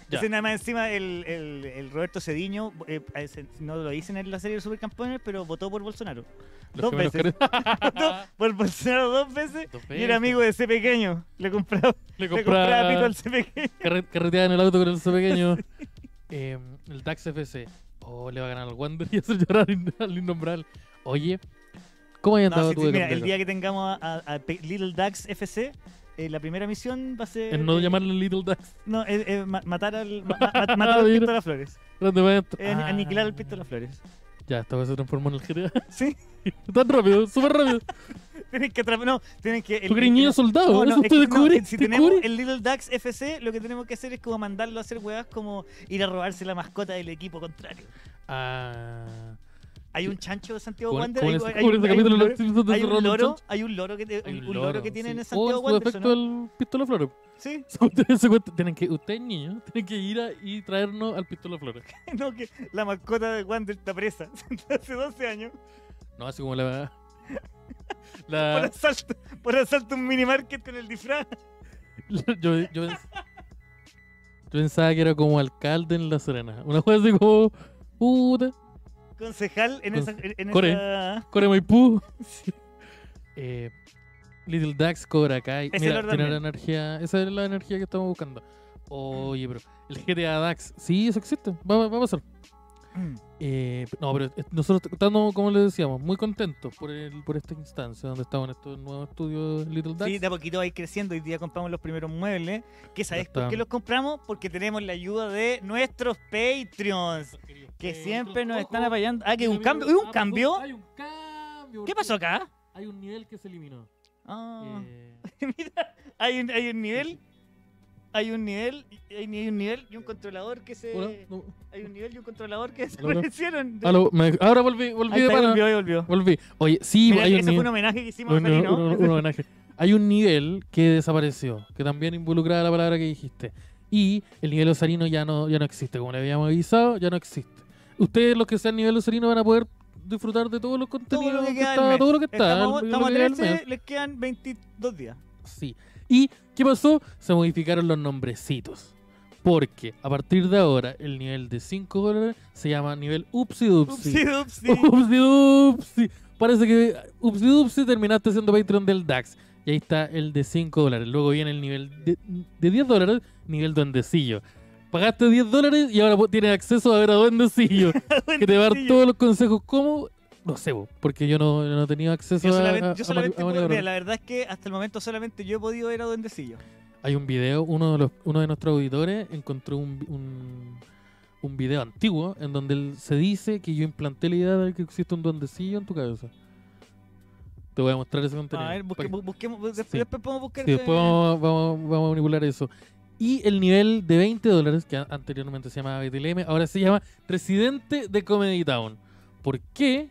A: ya.
B: Ese nada más encima el, el, el Roberto Cediño, eh, a ese- no lo dicen en la serie de Supercampeones, pero votó por Bolsonaro.
A: Los
B: Dos
A: gemelos
B: veces.
A: Karen-
B: Votó por Bolsonaro dos veces.
A: Dos
B: [laughs] Y
A: veces.
B: era amigo de ese pequeño. Le compraba,
A: Le
B: le compraba pito
A: compraba
B: al ese pequeño.
A: carre- carreteada en el auto con
B: [laughs]
A: el oso pequeño. Eh, el Dax FC. Oh, le va a ganar al Wander y hacer llorar al- al innombrable. Oye, ¿cómo has
B: No,
A: andado
B: sí,
A: tú
B: sí,
A: de
B: mira, el
A: complejo?
B: día que tengamos a, a- a Pe- Little Dax FC, eh, la primera misión va a ser.
A: En no
B: eh,
A: llamarle Little Dax.
B: no, eh, eh, ma- matar al, ma-
A: [laughs]
B: ma- ma- matar al
A: Mira.
B: Pistola Flores.
A: [laughs] Grande maestro.
B: Eh, ani-
A: Ah.
B: Aniquilar al Pistola Flores. [laughs]
A: Ya, esta vez se transformó en el GTA.
B: Sí,
A: [laughs] Tan rápido, súper rápido.
B: tienen que atrapar. No, tienen que. [laughs] el-
A: Tú querías niño
B: el-
A: soldado.
B: no, no,
A: Eso
B: es
A: te
B: que- no,
A: descubrí.
B: si
A: te
B: tenemos
A: descubrí.
B: el Little Dax FC, lo que tenemos que hacer es como mandarlo a hacer huevas como ir a robarse la mascota del equipo contrario.
A: Ah.
B: Hay un chancho de Santiago
A: Como en
B: Wander.
A: como en
B: hay-
A: ese
B: hay-
A: como en ese
B: hay un
A: capítulo de
B: loro-
A: los Simpsons de
B: Hay un
A: Ronald Oh,
B: loro,
A: Johnson.
B: hay un loro que, [laughs] te-
A: Hay
B: un, un loro que tienen
A: sí.
B: en Santiago
A: o en su
B: Wander. ¿o
A: defecto
B: no?
A: el pistola flores.
B: Sí,
A: [laughs] Se cuenta- se cuenta- Tienen que, ustedes niños, tienen que ir a, y traernos al pistola flores.
B: [laughs] no, que la mascota de Wander está presa [laughs] hace 12 años.
A: No, así como
B: [laughs]
A: la.
B: por
A: la,
B: asalto, por asalto a un minimarket con el disfraz.
A: [laughs] la- yo, yo, pens- yo pensaba que era como alcalde en La Serena. Una cosa así como. Puta,
B: Concejal en esa. En en
A: Core.
B: esa-
A: Core
B: [laughs]
A: Maipú. Eh, Little Dax Cobra Kai.
B: Ese
A: Mira,
B: lore
A: tiene la
B: también.
A: energía. Esa es la energía que estamos buscando. Oye, pero. El GTA Dax. Sí, eso existe. Va, va- va a pasar.
B: Mm.
A: Eh, no, pero eh, nosotros estamos, como les decíamos, muy contentos por, el, por esta instancia donde estamos en este estos nuevos estudios Little Eh, Dax.
B: Sí, de a poquito va a ir creciendo. Hoy día compramos los primeros muebles. ¿Qué sabes
A: Ya
B: por
A: está.
B: qué los compramos? Porque tenemos la ayuda de nuestros Patreons. Que siempre nos están apoyando. Ah, que un cambio. ¿Hubo un cambio?
A: Hay un cambio.
B: ¿Qué pasó acá?
A: Hay un nivel que se eliminó.
B: Ah, [laughs]
A: Eh,
B: mira, hay un, hay un nivel. hay un nivel, hay ni- hay un nivel y un controlador que se.
A: Hola,
B: [laughs]
A: no.
B: Hay un nivel y un controlador que
A: Hola, hola.
B: desaparecieron.
A: Aló, me- ahora volví, volví
B: Ahí
A: de
B: está, ahí
A: pana.
B: volvió, ahí volvió.
A: Volví. Oye, sí,
B: Mira,
A: hay
B: ese
A: un
B: fue un
A: nivel,
B: homenaje que hicimos a
A: un-
B: Feli, ¿no?
A: un- un- un homenaje. Hay un nivel que desapareció, que también involucraba la palabra que dijiste. Y el nivel osarino ya no, ya no existe, como le habíamos avisado, ya no existe. Ustedes, los que sean nivel osarino, van a poder disfrutar de todos los
B: Todo
A: contenidos
B: lo que queda del
A: está,
B: mes.
A: todo lo que está.
B: Estamos,
A: lo
B: estamos a
A: que queda del
B: 13,
A: mes.
B: les quedan 22 días.
A: Sí. ¿Y qué pasó? Se modificaron los nombrecitos. Porque a partir de ahora el nivel de 5 dólares se llama nivel Upsi
B: Upsi,
A: Dupsi.
B: upsi.
A: Upsi Dupsi. Parece que Upsi Dupsi terminaste siendo Patreon del DAX. Y ahí está el de 5 dólares. Luego viene el nivel de, de 10 dólares, nivel duendecillo. Pagaste 10 dólares y ahora po- tienes acceso a ver a
B: [laughs]
A: duendecillo. Uh, que te va a dar todos los consejos. ¿Cómo? No sé, po, porque yo no, yo no he tenido acceso
B: Yo
A: a-
B: solamente,
A: a,
B: yo
A: a
B: solamente
A: Mario- a Mario
B: puedo-
A: Bros.
B: mira, la verdad es que hasta el momento solamente yo he podido ir a Duendecillo.
A: Hay un video, uno de, los, uno de nuestros auditores encontró un, un, un video antiguo en donde él- se dice que yo implanté la idea de que existe un duendecillo en tu cabeza. Te voy a mostrar ese contenido.
B: A ver,
A: Pa'
B: busque-
A: que-
B: bu- busquemos, bu- después,
A: Sí.
B: después podemos buscar.
A: sí, después
B: ese-
A: vamos, vamos- vamos a manipular eso. Y el nivel de 20 dólares, que a- anteriormente se llamaba BTLM, ahora se llama Residente de Comedy Town. ¿Por qué?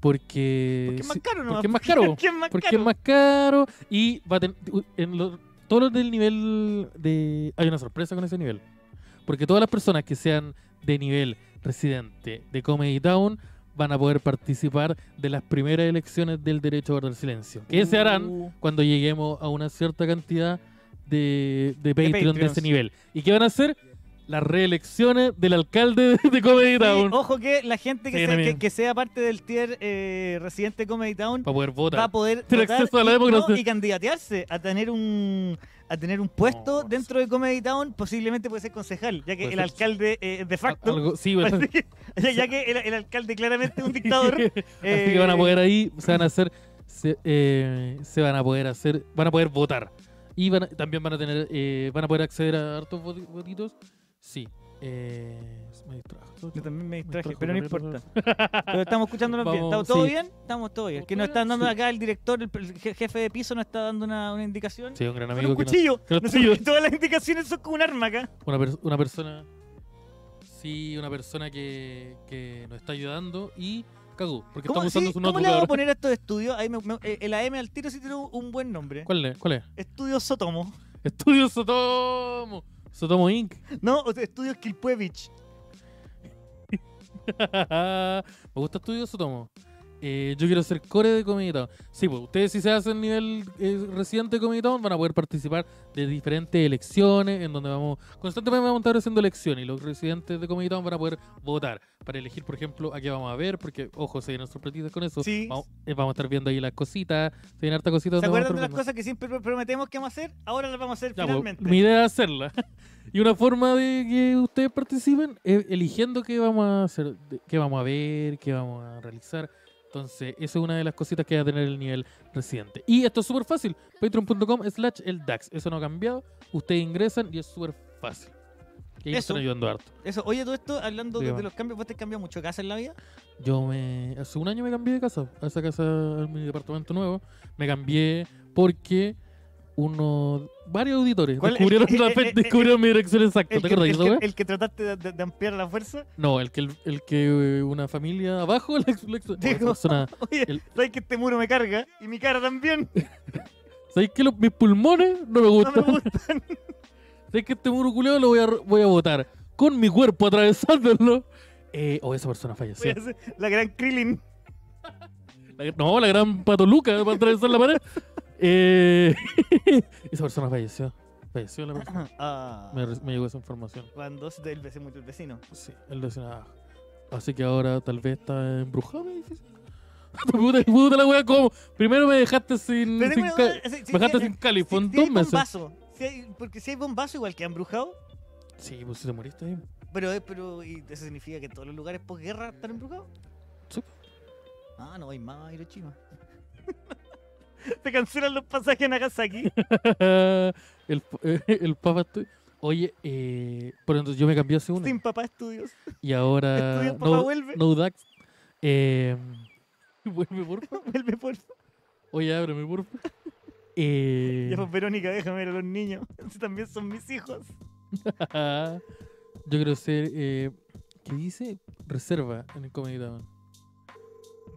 A: Porque...
B: Porque es más
A: sí,
B: caro, ¿no?
A: porque es más caro.
B: [laughs] Porque es más
A: porque
B: caro.
A: es más caro y va a ten- u- en lo- todos los del nivel de hay una sorpresa con ese nivel porque todas las personas que sean de nivel residente de Comedy Town van a poder participar de las primeras elecciones del derecho a guardar silencio que se harán
B: Uh,
A: cuando lleguemos a una cierta cantidad de, de Patreon de,
B: Patreons.
A: ese nivel y qué van a hacer las reelecciones del alcalde de Comedy
B: sí, oh.
A: Town
B: ojo que la gente que,
A: Sí,
B: sea,
A: también.
B: que, que sea parte del tier eh, residente Comedy Town
A: para poder
B: va a
A: votar
B: poder
A: Tiene
B: votar
A: acceso a la
B: y,
A: democracia.
B: no, y candidatearse a tener un a tener un puesto
A: No,
B: dentro de Comedy Town, posiblemente puede ser concejal, ya
A: Puede
B: que el
A: ser.
B: alcalde eh, de facto,
A: Algo- sí, ¿verdad?
B: parece que- [laughs] ya, ya que el, el alcalde claramente
A: [laughs]
B: es un dictador.
A: Así que van a
B: eh,
A: poder ahí, se van a hacer, se, eh, se van a poder hacer, van a poder votar. Y van a- también van a tener, eh, van a poder acceder a hartos voti- votitos. Sí. Eh, me distrajo.
B: Yo también me distraje,
A: trajo
B: pero no
A: la verdad.
B: importa. Pero estamos escuchándonos bien.
A: Vamos,
B: ¿Estamos todo
A: sí.
B: bien? Estamos todo bien.
A: ¿Todo
B: Que nos
A: bien?
B: están dando
A: Sí.
B: acá el director, el, el je- jefe de piso, nos está dando una, una indicación.
A: Sí, un gran
B: Con
A: amigo.
B: un
A: que nos-
B: cuchillo.
A: que nos
B: No sé
A: sigue.
B: por qué todas las indicaciones son como un arma acá.
A: una, per- una persona. Sí, una persona que, que nos está ayudando y cagó, porque
B: ¿Cómo,
A: estamos usando
B: sí?
A: su
B: ¿Cómo
A: notebook
B: le vamos a
A: ahora.
B: poner a estos estudios? Ahí me- me- eh, el AM al tiro sí tiene un, un buen nombre.
A: ¿Cuál es? ¿Cuál es? [laughs]
B: Estudios Sotomo.
A: Estudio Sotomo. Sotomo Inc.
B: [laughs] No, o sea, Estudios Kilpuevich.
A: [laughs] Me gusta Estudio Sotomo. Eh, yo quiero ser core de Comedy Town. Sí, pues ustedes si se hacen nivel eh, residente de Comedy Town van a poder participar de diferentes elecciones en donde vamos... Constantemente vamos a estar haciendo elecciones y los residentes de Comedy Town van a poder votar para elegir, por ejemplo, a qué vamos a ver, porque, ojo, se vienen sorpresitas con eso.
B: Sí.
A: Vamos, eh, vamos a estar viendo ahí las cositas, se vienen hartas cositas.
B: ¿Se
A: donde
B: acuerdan
A: vamos a
B: de las
A: estar
B: cosas que siempre pr- prometemos que vamos a hacer? Ahora las vamos a hacer
A: viendo. Ya, pues,
B: finalmente.
A: mi idea es hacerla. [laughs] y una forma de que ustedes participen es eligiendo qué vamos a hacer, de- qué vamos a ver, qué vamos a realizar. Entonces, esa es una de las cositas que va a tener el nivel residente. Y esto es súper fácil. Patreon.com slash el DAX. Eso no ha cambiado. Ustedes ingresan y es súper fácil. Que ahí me
B: Eso.
A: están ayudando harto.
B: Eso, oye, todo esto, hablando de,
A: Dígame.
B: de los cambios, ¿vos te has cambiado mucho de casa en la vida?
A: Yo me. Hace un año me cambié de casa. A esa casa, a mi departamento nuevo. Me cambié porque uno. Varios auditores
B: ¿Cuál?
A: descubrieron,
B: El que- [laughs]
A: la-
B: eh, eh, eh,
A: descubrieron mi dirección exacta.
B: El
A: ¿Te
B: que,
A: acuerdas de
B: el
A: esa
B: que-
A: wea?
B: el que trataste de, de- de ampliar la fuerza. [laughs]
A: No, el que, el, el que eh, una familia abajo. [laughs] La, ex- la ex- no, esa
B: Digo.
A: persona-
B: Oye,
A: El-
B: ¿sabes que este muro me carga? Y mi
A: [laughs]
B: cara también.
A: ¿Sabéis que los- mis pulmones no me
B: No
A: gustan?
B: me gusta.
A: ¿Sabéis que este muro culeado lo voy a, voy a botar con mi cuerpo atravesándolo? Eh, o esa persona
B: Voy
A: falleció.
B: a hacer la gran
A: [laughs]
B: Krillin.
A: La- no, la gran patoluca para atravesar la pared. Eh, [laughs] esa persona falleció. Falleció la persona.
B: Ah,
A: Me, re- me llegó esa información.
B: cuando se del vecino, mucho el vecino.
A: Sí, él lo decía. "Ah, Así que ahora tal vez está embrujado mi edificio. [laughs] puta, puta la wea, ¿cómo? Primero me dejaste sin.
B: Pero
A: sin
B: tengo una
A: ca-
B: duda, si- si-
A: me dejaste
B: si-
A: sin
B: si-
A: califón
B: si
A: dos
B: hay
A: meses.
B: bombazo, si hay- porque si hay bombazo igual que han brujado,
A: Sí, pues si te moriste ahí.
B: pero, eh, pero ¿y eso significa que todos los lugares posguerra están embrujados.
A: Sí.
B: Ah, no hay más a [laughs] Hiroshima. Se cancelan los pasajes
A: [laughs]
B: a Nagasaki.
A: [laughs] el, [laughs] el papa estoy. Oye, eh, pero entonces yo me cambié hace uno.
B: Sin papá estudios.
A: Y ahora.
B: Estudia, papá,
A: No,
B: vuelve.
A: no Dax. Eh, [laughs] vuelve, por favor.
B: Vuelve por
D: [laughs]
A: Oye, ábreme, por favor. Eh,
B: Ya pues Verónica, déjame ver a los niños. [laughs] Si también son mis hijos.
A: [laughs] yo quiero ser. eh, ¿Qué dice? Reserva en el Comedy Town.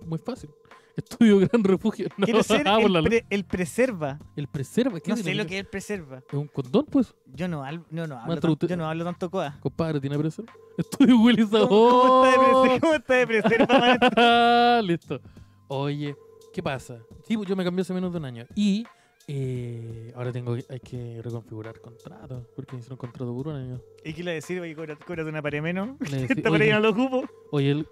A: Muy fácil. [laughs] Estudio Gran Refugio. [laughs] No,
D: Quiero ser el,
A: háblalo.
D: pre- el preserva.
A: El preserva. ¿qué
D: No
A: es
D: sé lo que es el preserva.
A: ¿Es un condón, pues?
D: Yo no, hablo- no, no, hablo,
A: Maestro,
D: tan-
A: usted- Oh.
D: yo no hablo tanto coa.
A: Compadre, ¿tiene preserva? [laughs] Estudio Willy
D: ¿Cómo, cómo está de
A: Sabor.
D: preserva? ¿Cómo está de preserva, maestro?
A: [laughs] Listo. Oye, ¿qué pasa? Sí, pues yo me cambié hace menos de un año. Y eh, ahora tengo que- hay que reconfigurar contratos. Porque me hicieron contrato por un
B: [laughs]
A: año.
B: ¿Y qué le decir? Oye, cobra- cóbrate una pared menos.
A: Le decí,
B: Esta pared
A: oye,
B: ya no lo ocupo.
A: Oye, el-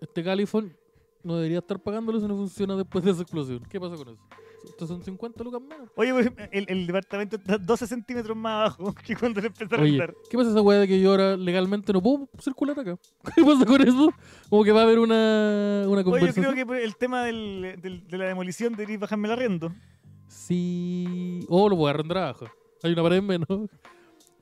A: este Califón no debería estar pagándolo si no funciona después de esa explosión. ¿Qué pasa con eso? Estos son 50 lucas menos.
B: Oye, pues, el, el departamento está 12 centímetros más abajo [laughs] que cuando le empezaron a
A: Oye,
B: rentar.
A: ¿qué pasa esa weá de que yo ahora legalmente no puedo circular acá? [laughs] ¿Qué pasa con eso? Como que va a haber una, una
B: Oye, yo
A: conversación.
B: creo que por el tema del, del- de la demolición deberías bajarme el arrendo.
A: Sí. O lo voy a arrendar abajo. Hay una pared menos.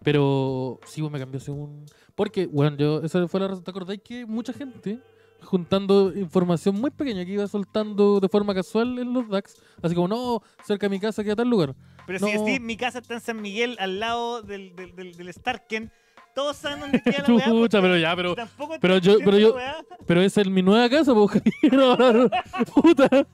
A: Pero sí, vos me cambió hace un. Porque, bueno, yo, esa fue la razón. ¿Te acordáis que mucha gente, juntando información muy pequeña que iba soltando de forma casual en los DAX, así como, no, cerca de mi casa queda tal lugar.
B: Pero
A: No.
B: si decís, mi casa está en San Miguel, al lado del, del, del, del Starken, todos saben dónde queda
A: [laughs]
B: la weá.
A: Pucha,
B: porque
A: pero ya, pero.
B: Tampoco te
A: pero yo-
B: diciendo
A: pero yo-
B: weá.
A: Pero esa es mi nueva casa, po, [laughs] Javier. ahora no- Puta.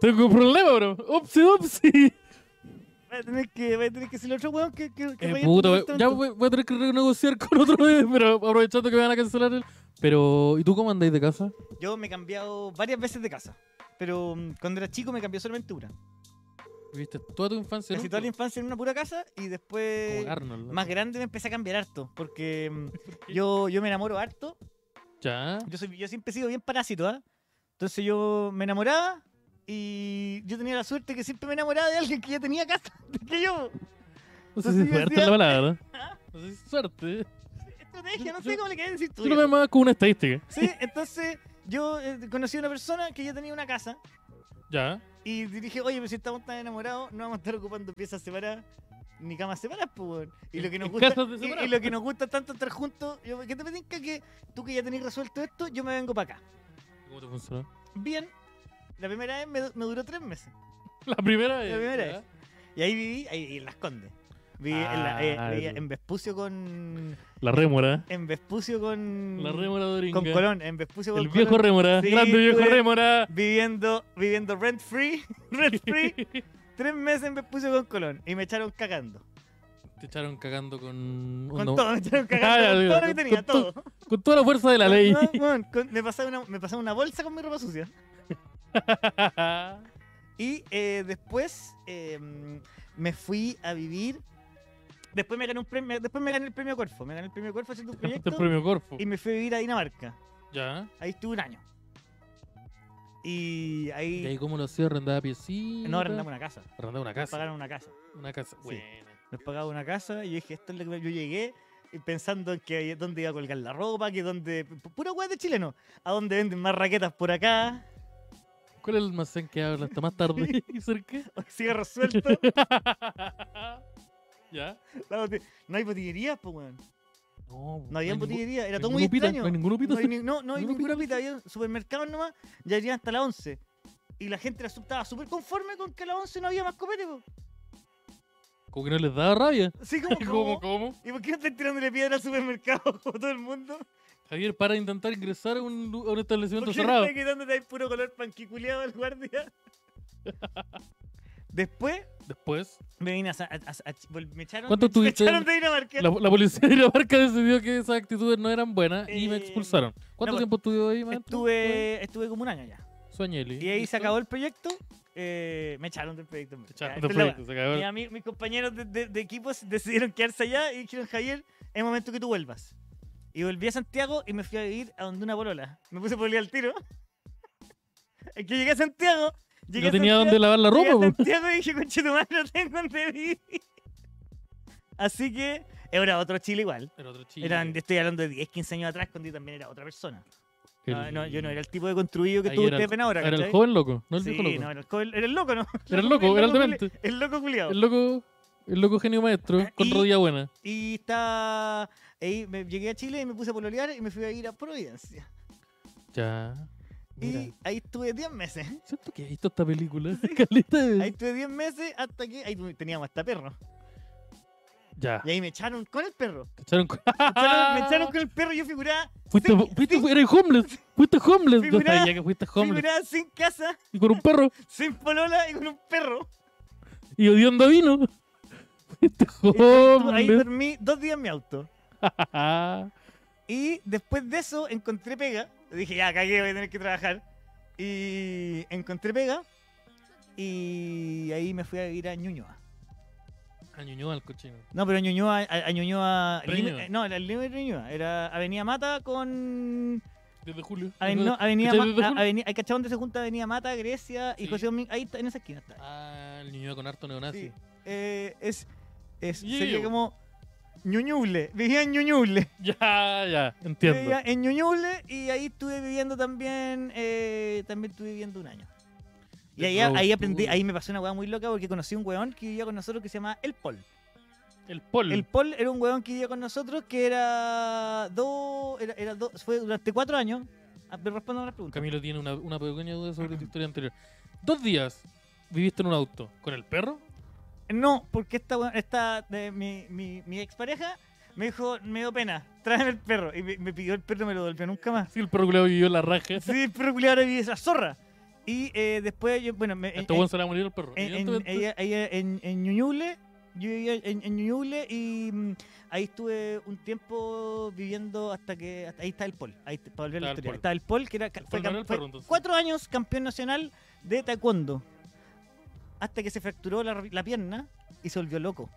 A: Tengo un problema, bro. Opsi, opsi.
B: Voy a tener que, voy a tener que decirle a otro weón que, que, que
A: Eh,
B: vaya este a
A: puta,
B: tu
A: we- ya
B: departamento.
A: voy, voy a tener que renegociar [laughs] con otro vez, pero aprovechando que me van a cancelar el. Pero, ¿y tú cómo andáis de casa?
B: Yo me he cambiado varias veces de casa. Pero mm, cuando era chico me cambió solamente una.
A: Viviste toda tu infancia. en
B: Casi
A: un-
B: toda la infancia en una pura casa y después
A: Como Arnold. ¿no?
B: más grande me empecé a cambiar harto.
A: [laughs]
B: Porque mm, yo, yo me enamoro harto.
A: Ya.
B: Yo, soy, yo siempre he sido bien parásito, ¿ah? Entonces yo me enamoraba y yo tenía la suerte que siempre me enamoraba de alguien que ya tenía casa. [laughs] Que yo,
A: No sé si es
B: Entonces yo
A: suerte
B: decía-
A: la
B: [laughs]
A: palabra. No sé si es suerte.
B: estrategia, no sé cómo le querés decir tú.
A: Yo lo veo más como una estadística.
B: Sí, entonces yo eh, conocí a una persona que ya tenía una casa
A: Ya.
B: Y dije, oye, pero si estamos tan enamorados, no vamos a estar ocupando piezas separadas ni camas separadas, pues, weón. Y lo que nos
A: Y
B: gusta,
A: casas de
B: y- y,
A: separados.
B: lo que nos gusta tanto estar juntos, yo, ¿qué te me tinca que tú que ya tenés resuelto esto, yo me vengo para acá?
A: ¿Cómo te funcionó?
B: Bien, la primera vez me, du- me duró tres meses.
A: [laughs] La primera vez.
B: primera
A: ya.
B: vez. Y ahí viví, ahí en Las Condes. Viví en, la-
A: Ah,
B: eh, vivía
A: el-
B: en Vespucio con.
A: La rémora.
B: En Vespucio con.
A: La rémora de Oringa.
B: Mm. con Colón, en Vespucio con
A: El viejo
B: Colón,
A: rémora.
B: Sí,
A: Grande viejo
B: tuve-
A: rémora.
B: Viviendo, viviendo rent free, [laughs] rent free, tres meses en Vespucio con Colón. Y me echaron cagando.
A: [laughs] Te echaron cagando con.
B: Con
A: no,
B: todo,
A: [laughs]
B: me echaron
A: Ah,
B: cagando,
A: ya,
B: con todo lo que
A: con
B: tenía,
A: todo.
B: todo.
A: con toda la fuerza de la ley. [laughs]
B: Weón, weón, [laughs] con- me, pasaba una, me pasaba una bolsa con mi ropa sucia. Y eh, después eh, me fui a vivir. Después me gané un premio, después me gané el premio Corfo. Me gané el premio Corfo haciendo un
A: Ganaste el
B: proyecto
A: premio Corfo.
B: y me fui a vivir a Dinamarca.
A: Ya.
B: Ahí estuve un año. Y
A: ¿Y
B: ahí
A: ahí cómo lo hacía? ¿Arrendaba piecita?
B: no arrendamos una casa.
A: Arrendaba una
B: Nos
A: casa.
B: pagaron una casa.
A: Una casa. Buena.
B: Nos pagaron una casa y yo dije, esto es lo que yo llegué y pensando en que dónde iba a colgar la ropa, que dónde. Pura weá de chileno. A dónde venden más raquetas por acá. [laughs]
A: ¿Cuál es el almacén que habla hasta más tarde? [laughs] ¿Y
B: [laughs]
A: cerca? [laughs]
B: Cigarro suelto.
A: ¿Ya?
B: La bote- No hay botillerías, pues, weón.
A: No,
B: No había
A: ningún-
B: botillería,
A: no
B: era todo
A: hay
B: muy
A: ningún pita,
B: extraño.
A: No hay ningún pita.
B: este No, hay ni- no, no hay
A: ¿Ningún
B: ninguna
A: pita?
B: pita, había supermercados nomás, ya llegan hasta las 11. Y la gente era- estaba súper conforme con que a las 11 no había más copete, po.
A: Como que no les daba
B: [laughs]
A: rabia. [laughs]
B: Así como,
A: ¿Cómo,
B: como-
A: cómo?
B: ¿Y por qué no están tirándole piedra al supermercado [laughs] como todo el mundo?
A: Javier, para de intentar ingresar a un, lu- a un establecimiento
B: ¿Por qué
A: cerrado.
B: le está quitándote ahí puro color panquiculeado al [laughs] guardia? Después
A: Después,
B: me vine a, sa- a- a- a Chi- vol- me echaron,
A: ¿Cuánto
B: me- me
A: tuviste?
B: echaron de Dinamarca.
A: la, la policía de Dinamarca decidió que esas actitudes no eran buenas y me
B: Eh,
A: expulsaron. ¿Cuánto
B: no,
A: tiempo estudió ahí, maestro?
B: Estuve, estuve como un año ya.
A: Sueñeli.
B: Y ahí se acabó el proyecto. eh, me echaron del proyecto. en verdad.
A: Chao,
B: Ya,
A: te
B: esta es la
A: fuiste, se acabó.
B: Mi ami- mis compañeros de, de- de equipos decidieron quedarse allá y dijeron, Javier, es momento que tú vuelvas. Y volví a Santiago y me fui a vivir a donde una polola. Me puse polola al tiro. [laughs] es que llegué a Santiago. Llegué
A: No
B: a
A: tenía
B: Santiago,
A: dónde lavar la
B: llegué a
A: ropa. pues, po.
B: Santiago y dije, conche tu madre, no tengo dónde vivir. Así que era otro Chile igual.
A: Era otro chico.
B: Eran, estoy hablando de 10, 15 años atrás, cuando yo también era otra persona. No,
A: El-
B: Ah, no, yo no era el tipo de construido que
A: ahí
B: tuvo
A: era el-
B: usted ven ahora.
A: Era el
B: ¿cachai?
A: joven loco, no el
B: sí,
A: viejo loco.
B: no, era el, co- era el loco, ¿no?
A: Era el loco, era el
B: culi-
A: demente.
B: [laughs] El loco culiado.
A: El loco, el loco genio maestro, con
B: Y-
A: rodilla buena.
B: Y está. ahí me llegué a Chile y me puse a pololear y me fui a ir a Providencia.
A: Ya. Mira,
B: Y ahí estuve 10 meses.
A: siento que he visto esta película. [laughs] Caleta de-
B: Ahí estuve 10 meses hasta que ahí tu- teníamos hasta perro.
A: Ya.
B: Y ahí me echaron con el perro.
A: Te echaron cu-
B: Me echaron- me echaron con el perro y yo figuraba,
A: Fuiste,
B: sí,
A: fuiste, eres homeless. Fuiste homeless. Yo
B: Figurá-
A: sabía que fuiste homeless.
B: figuraba sin casa,
A: Y con un perro.
B: sin polola y con un perro.
A: Y odiando vino. Fuiste
B: Estuve- Ahí Ah,
A: homeless.
B: dormí dos días en mi auto. [laughs] Y después de eso encontré pega. Dije, ya, cagué, voy a tener que trabajar. Y encontré pega. Y ahí me fui a vivir a Ñuñoa.
A: Añuñó al cochino.
B: No, pero Ñuñoa, a, a Ñuñoa...
A: Pero
B: limi-
A: Ñuñoa.
B: eh, No, era el límite de Ñuñoa. Era Avenida Mata con...
A: Desde julio.
B: Aven- no, ah, Avenida
A: ¿Cachai? Desde
B: Mata...
A: julio.
B: Avenida, hay cachado donde se junta Avenida Mata, Grecia y
A: Sí.
B: José Domingo. Ahí está, en esa esquina está.
A: Ah, el niño con harto neonazi.
B: Sí. Eh, es... es
A: Yeah.
B: Sería como... Ñuñuble. Vivía en Ñuñuble.
A: Ya, ya, entiendo.
B: Vivía en Ñuñuble y ahí estuve viviendo también, eh, también estuve viviendo un año. Y
A: The
B: ahí,
A: Road
B: ahí aprendí,
A: Tour.
B: ahí me pasó una weá muy loca porque conocí un weón que vivía con nosotros que se llamaba El Pol.
A: El pol.
B: El Pol era un weón que vivía con nosotros que era dos, era, era dos, fue durante cuatro años. Ah, pero respondo a las preguntas.
A: Camilo tiene una, una pequeña duda sobre tu historia anterior. Dos días viviste en un auto. ¿Con el perro?
B: No, porque esta, weón- esta de mi, mi, mi expareja me dijo, me dio pena, tráeme el perro. Y me, me pidió el perro y me lo devolvió nunca más.
A: Sí, el perro culiao vivió en la raja. Este
B: Sí, el perro culiao ahora vive esa zorra. Y eh, después yo, bueno, me,
A: Hasta
B: eh,
A: bueno se le va a morir el perro.
B: en, en,
A: Evidentemente-
B: ella- ella en, en Ñuñuble, yo vivía en, en Ñuñuble y mm, ahí estuve un tiempo viviendo hasta que. hasta- ahí está el Pol, ahí te- para volver a
A: Está
B: la
A: el
B: historia.
A: Pol.
B: Está el Pol, que era, ca-
A: Pol
B: fue
A: no era
B: cam-
A: el
B: fue
A: perro, entonces.
B: cuatro años campeón nacional de taekwondo. Hasta que se fracturó la, la pierna y se volvió loco.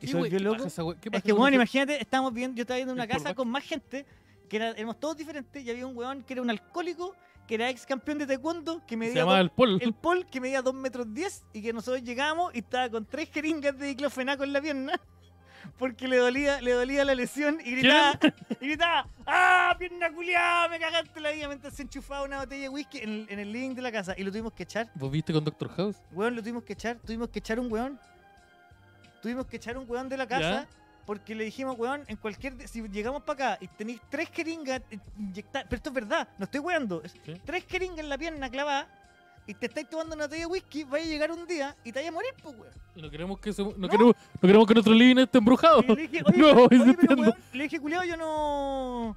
B: Y
A: Sí,
B: se
A: güey,
B: volvió
A: ¿qué
B: loco.
A: pasa esa güey? ¿Qué
B: Es
A: pasa
B: que,
A: con
B: bueno,
A: ese-
B: imagínate, estábamos viendo, yo estaba viendo una
A: El polvo.
B: casa con más gente, que era- éramos todos diferentes, y había un weón que era un alcohólico, que era ex campeón de taekwondo, que
A: Se
B: medía
A: llamaba
B: dos-
A: el pol.
B: el Paul que medía 2 metros 10 y que nosotros llegamos y estaba con tres jeringas de diclofenaco en la pierna porque le dolía, le dolía la lesión y gritaba, y gritaba ¡Ah, pierna culiada! ¡Me cagaste la vida! Mientras se enchufaba una botella de whisky en el, en el living de la casa y lo tuvimos que echar.
A: ¿Vos viste con Doctor House?
B: Weón, lo tuvimos que echar. Tuvimos que echar un weón. Tuvimos que echar un weón de la casa
A: Ya.
B: porque le dijimos, weón, en cualquier... de- Si llegamos para acá y tenéis tres jeringas eh, inyectadas... Pero esto es verdad, no estoy weando
A: Sí.
B: tres jeringas en la pierna clavada y te estáis tomando una botella de whisky, vaya a llegar un día y te vaya a morir, pues, weón.
A: Y no queremos que, se- no,
B: No.
A: Queremos, no queremos que nuestro living esté embrujado.
B: Y le dije, oye,
A: [laughs] No,
B: oye,
A: eso
B: pero,
A: entiendo.
B: weón, le dije, culiao, yo no.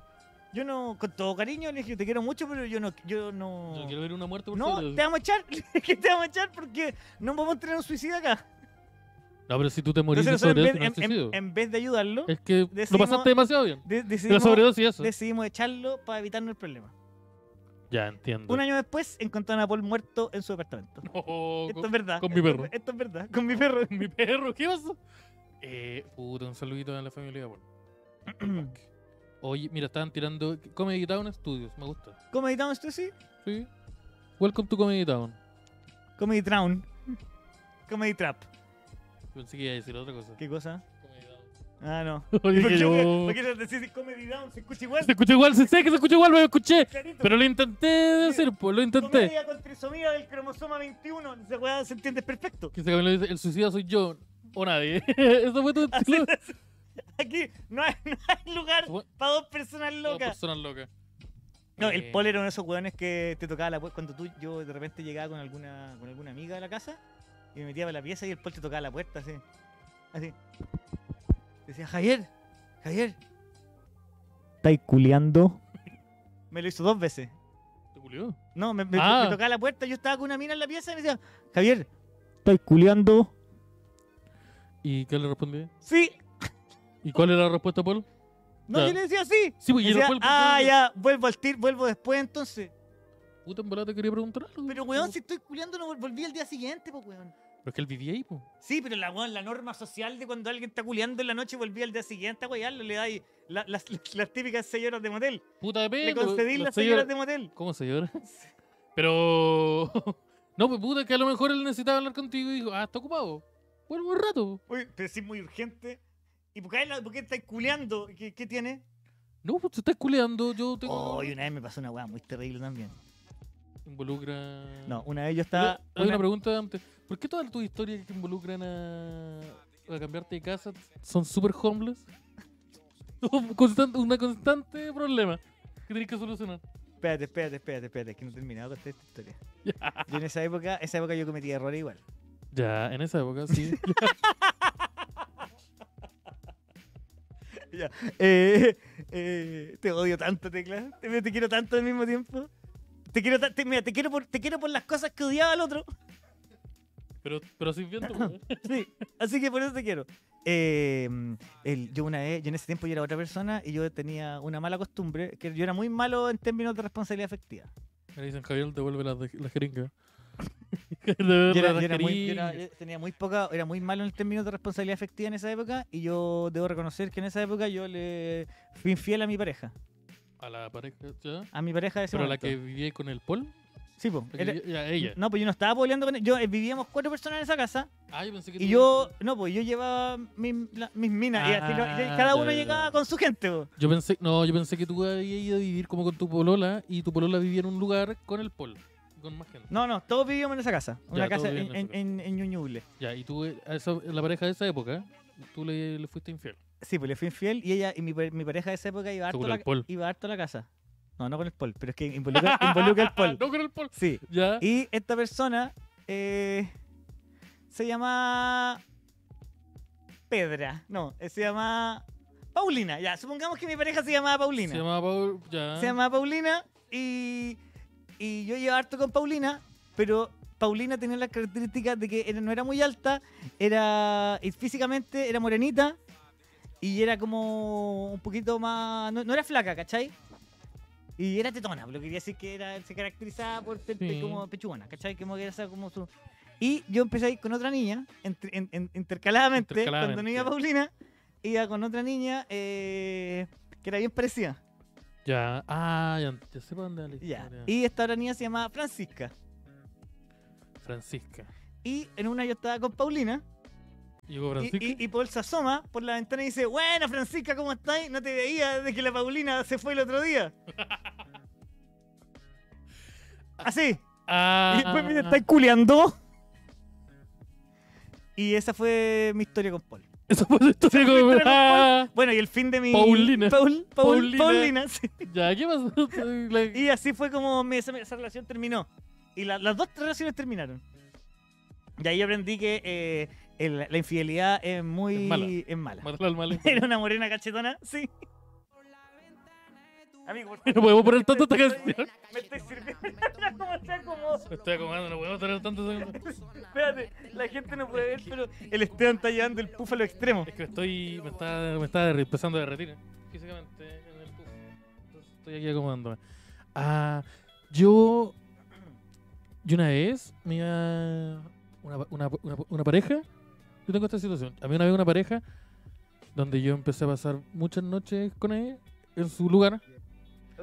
B: Yo no, con todo cariño, le dije, te quiero mucho, pero yo no. Yo no.
A: Yo quiero ver una muerte por
B: no,
A: sobre.
B: te vamos a echar, [laughs] le dije, te vamos a echar porque no vamos a tener un suicida acá.
A: No, pero si tú te moriste
B: Entonces,
A: de
B: nosotros, en,
A: sobredosis, no
B: vez,
A: es
B: en- en-
A: suicidio.
B: en vez de ayudarlo,
A: Es que lo
B: decidimos-
A: pasaste demasiado bien.
B: de-
A: De la
B: decidimos,
A: sobredosis, eso.
B: decidimos echarlo para evitarnos el problema.
A: Ya, entiendo.
B: Un año después encontraron a Paul muerto en su departamento.
A: Oh, [laughs]
B: esto
A: con,
B: es verdad. [laughs]
A: mi perro.
B: Esto es verdad. Con mi perro.
A: [laughs] mi perro, ¿qué pasó? Eh, puta, un saludito a la familia de Paul. Oye, mira, estaban tirando Comedy Town Studios, me gusta.
B: [clears throat] Comedy Town Stussy,
A: Sí. Welcome to Comedy Town.
B: Comedy Town. [laughs] Comedy Trap.
A: Pensé que iba a decir otra cosa.
B: ¿Qué cosa?
A: Comedy Town.
B: Ah, no.
A: [laughs] Oye,
B: ¿Por
A: que
B: qué-
A: yo...
B: por qué no decís Comedy Down? Se escucha igual.
A: Se escucha igual, se sé que se escucha igual, me lo escuché.
B: clarito.
A: Pero lo intenté decir, pues, lo intenté.
B: Comedia con trisomía del cromosoma 21. Esa weá se entiende perfecto.
A: Que se Camilo dice, el suicida soy yo o nadie. [laughs] Eso fue tu estilo.
B: Aquí no hay, [laughs] no hay lugar
A: Bueno.
B: para dos personas
A: Todas
B: locas.
A: personas locas.
B: No,
A: Eh,
B: el pol era uno de esos weones que te tocaba la puerta. Cuando tú, yo de repente llegaba con alguna, con alguna amiga de la casa y me metía para la pieza y el pol te tocaba la puerta así. Así. Decía, Javier, Javier. ¿Estáis culeando? Me lo hizo dos veces.
A: ¿Te culió?
B: No, me, me-
A: Ah.
B: me tocaba la puerta, yo estaba con una mina en la pieza y me decía, Javier, ¿estáis culeando?
A: ¿Y qué le respondí?
B: Sí.
A: ¿Y cuál era la respuesta, Paul?
B: No,
A: Ya.
B: yo le decía sí.
A: Sí, pues, y
B: Me
A: lo
B: decía,
A: cual-
B: ah, ya, vuelvo al tir, vuelvo después entonces.
A: Puta, en volada te quería preguntar algo.
B: Pero weón, si estoy culeando no vol- volví al día siguiente, pues weón.
A: Pero es que él vivía ahí, po.
B: Sí, pero la, weón, la norma social de cuando alguien está culeando en la noche y volví al día siguiente a wearlo, le da ahí la- las, las, típicas señoras de motel.
A: Puta de
B: Le
A: pelo.
B: concedí las señoras de motel.
A: ¿Cómo se
B: [laughs]
A: llora? Pero... [laughs] No, pues puta, que a lo mejor él necesitaba hablar contigo y dijo, ah, está ocupado. Vuelvo un rato.
B: Uy, pero sí es muy urgente. ¿Y por qué, la- por qué estáis culeando? ¿Qué, qué tiene?
A: No, pues te estás culeando, yo tengo...
B: Oh, y una vez me pasó una weá muy terrible también.
A: Involucra...
B: No, una vez yo
A: Oye,
B: estaba.
A: Hay una
B: una-
A: pregunta antes. ¿Por qué todas tus historias que involucran a, a cambiarte de casa son super [laughs] homeless? Un constan- una constante problema que tenés que solucionar.
B: Espérate, espérate, espérate, espérate, que no he terminado de contar esta
A: [laughs]
B: historia. Yo en esa época, esa época yo cometí errores igual.
A: Ya, en esa época sí.
B: Eh, eh, te odio tanto, Tecla. Te, te quiero tanto al mismo tiempo. Te quiero, ta- te, mira, te quiero, por, te quiero por las cosas que odiaba al otro.
A: [laughs] pero, pero sin
B: [coughs]
A: viento. po.
B: Sí, así que por eso te quiero. Eh, el- yo una vez, yo en ese tiempo yo era otra persona y yo tenía una mala costumbre, que yo era muy malo en términos de responsabilidad afectiva.
A: Me dicen, Javier, devuelve la, la
B: [laughs]
A: jeringa. [laughs]
B: Yo,
A: Devuelve
B: era-
A: la
B: yo era muy- yo era- eh,
A: jeringa.
B: yo tenía muy poca, era muy malo en términos de responsabilidad afectiva en esa época y yo debo reconocer que en esa época yo le fui infiel a mi pareja,
A: A la pareja, ya.
B: a mi pareja de ese
A: Pero la
B: momento.
A: que vivía con el Paul.
B: Sí, po,
A: la que
B: era-
A: vivía- ya, ella.
B: No, pues yo no estaba peleando con él. Yo, eh, vivíamos cuatro personas en esa casa
A: Ah, yo pensé que
B: y
A: tú-
B: yo, no, pues yo llevaba mis, la- mis minas y así, no- y
A: Ah,
B: cada
A: ya,
B: uno
A: ya, ya.
B: llegaba con su gente. po.
A: Yo pensé, no, yo pensé que tú habías ido a vivir como con tu polola y tu polola vivía en un lugar con el Paul, con más gente.
B: No, no, todos vivíamos en esa casa, una
A: Ya, todos
B: casa en,
A: vivían en esa
B: en, en, en Ñuñuble.
A: Ya, y tú, eh, a esa- la pareja de esa época, tú le, le fuiste infiel.
B: Sí, pues le fui infiel y ella y mi, pa- mi pareja de esa época iba harto,
A: con
B: a
A: el
B: la,
A: Paul.
B: iba harto a la casa. No, no con el Paul, pero es que
A: [laughs]
B: involucra, involucra el Ah, Paul.
A: No con el Paul.
B: Sí.
A: Ya.
B: Y esta persona eh, se llama Pedra. No, eh, se llama Paulina. Ya, supongamos que mi pareja se llamaba Paulina.
A: Se llamaba Paul. Ya.
B: Se llamaba Paulina y, y yo llevaba harto con Paulina, pero Paulina tenía las características de que era- no era muy alta, era y físicamente era morenita y era como un poquito más... No, no era flaca, ¿cachai? Y era tetona, lo que quería decir que era, se caracterizaba por ser pe-
A: Sí.
B: como pechugona, ¿cachai? Como que era esa como su... Y yo empecé a ir con otra niña, entre- en- en- intercaladamente, cuando no iba
A: Intercaladamente.
B: Paulina, iba con otra niña eh, que era bien parecida.
A: Ya. Ah, ya, ya sé para dónde va la
B: Ya.
A: historia.
B: Y esta otra niña se llamaba Francisca.
A: Francisca.
B: Y en una yo estaba con Paulina.
A: Llegó
B: y-
A: Francisca.
B: Y, y Paul se asoma por la ventana y dice, bueno, Francisca, ¿cómo estás? No te veía desde que la Paulina se fue el
A: [laughs]
B: otro día. Así.
A: ah.
B: Y después me estáis culeando. Y esa fue mi historia con Paul.
A: Eso fue la historia como. Ah,
B: Bueno, y el fin de mi...
A: Paulina.
B: Paul, Paul-
A: Paulina.
B: Paulina, [laughs] sí.
A: ya, ¿qué [laughs] pasó? La-
B: Y así fue como mi- esa, esa relación terminó. Y la- las dos relaciones terminaron. Y ahí aprendí que eh, el- la infidelidad es muy.
A: Es mala.
B: es mala.
A: Matar al [laughs] mal.
B: [laughs] Era una morena cachetona, sí. Amigo, por
A: No
B: favor.
A: podemos poner tanto esta canción.
B: Me estoy sirviendo. [laughs] como está como.
A: Me [laughs] estoy acomodando, no podemos tener tanto.
B: Espérate, la gente no puede ver, pero el Esteban está llevando el puff a lo extremo.
A: Es que estoy. Me está, me está derri- empezando a derretir ¿eh? físicamente en el puff. Entonces estoy aquí acomodándome. Ah, yo. Yo una vez, me iba- una, una, una, una pareja. Yo tengo esta situación. A mí una vez una pareja donde yo empecé a pasar muchas noches con ella en su lugar.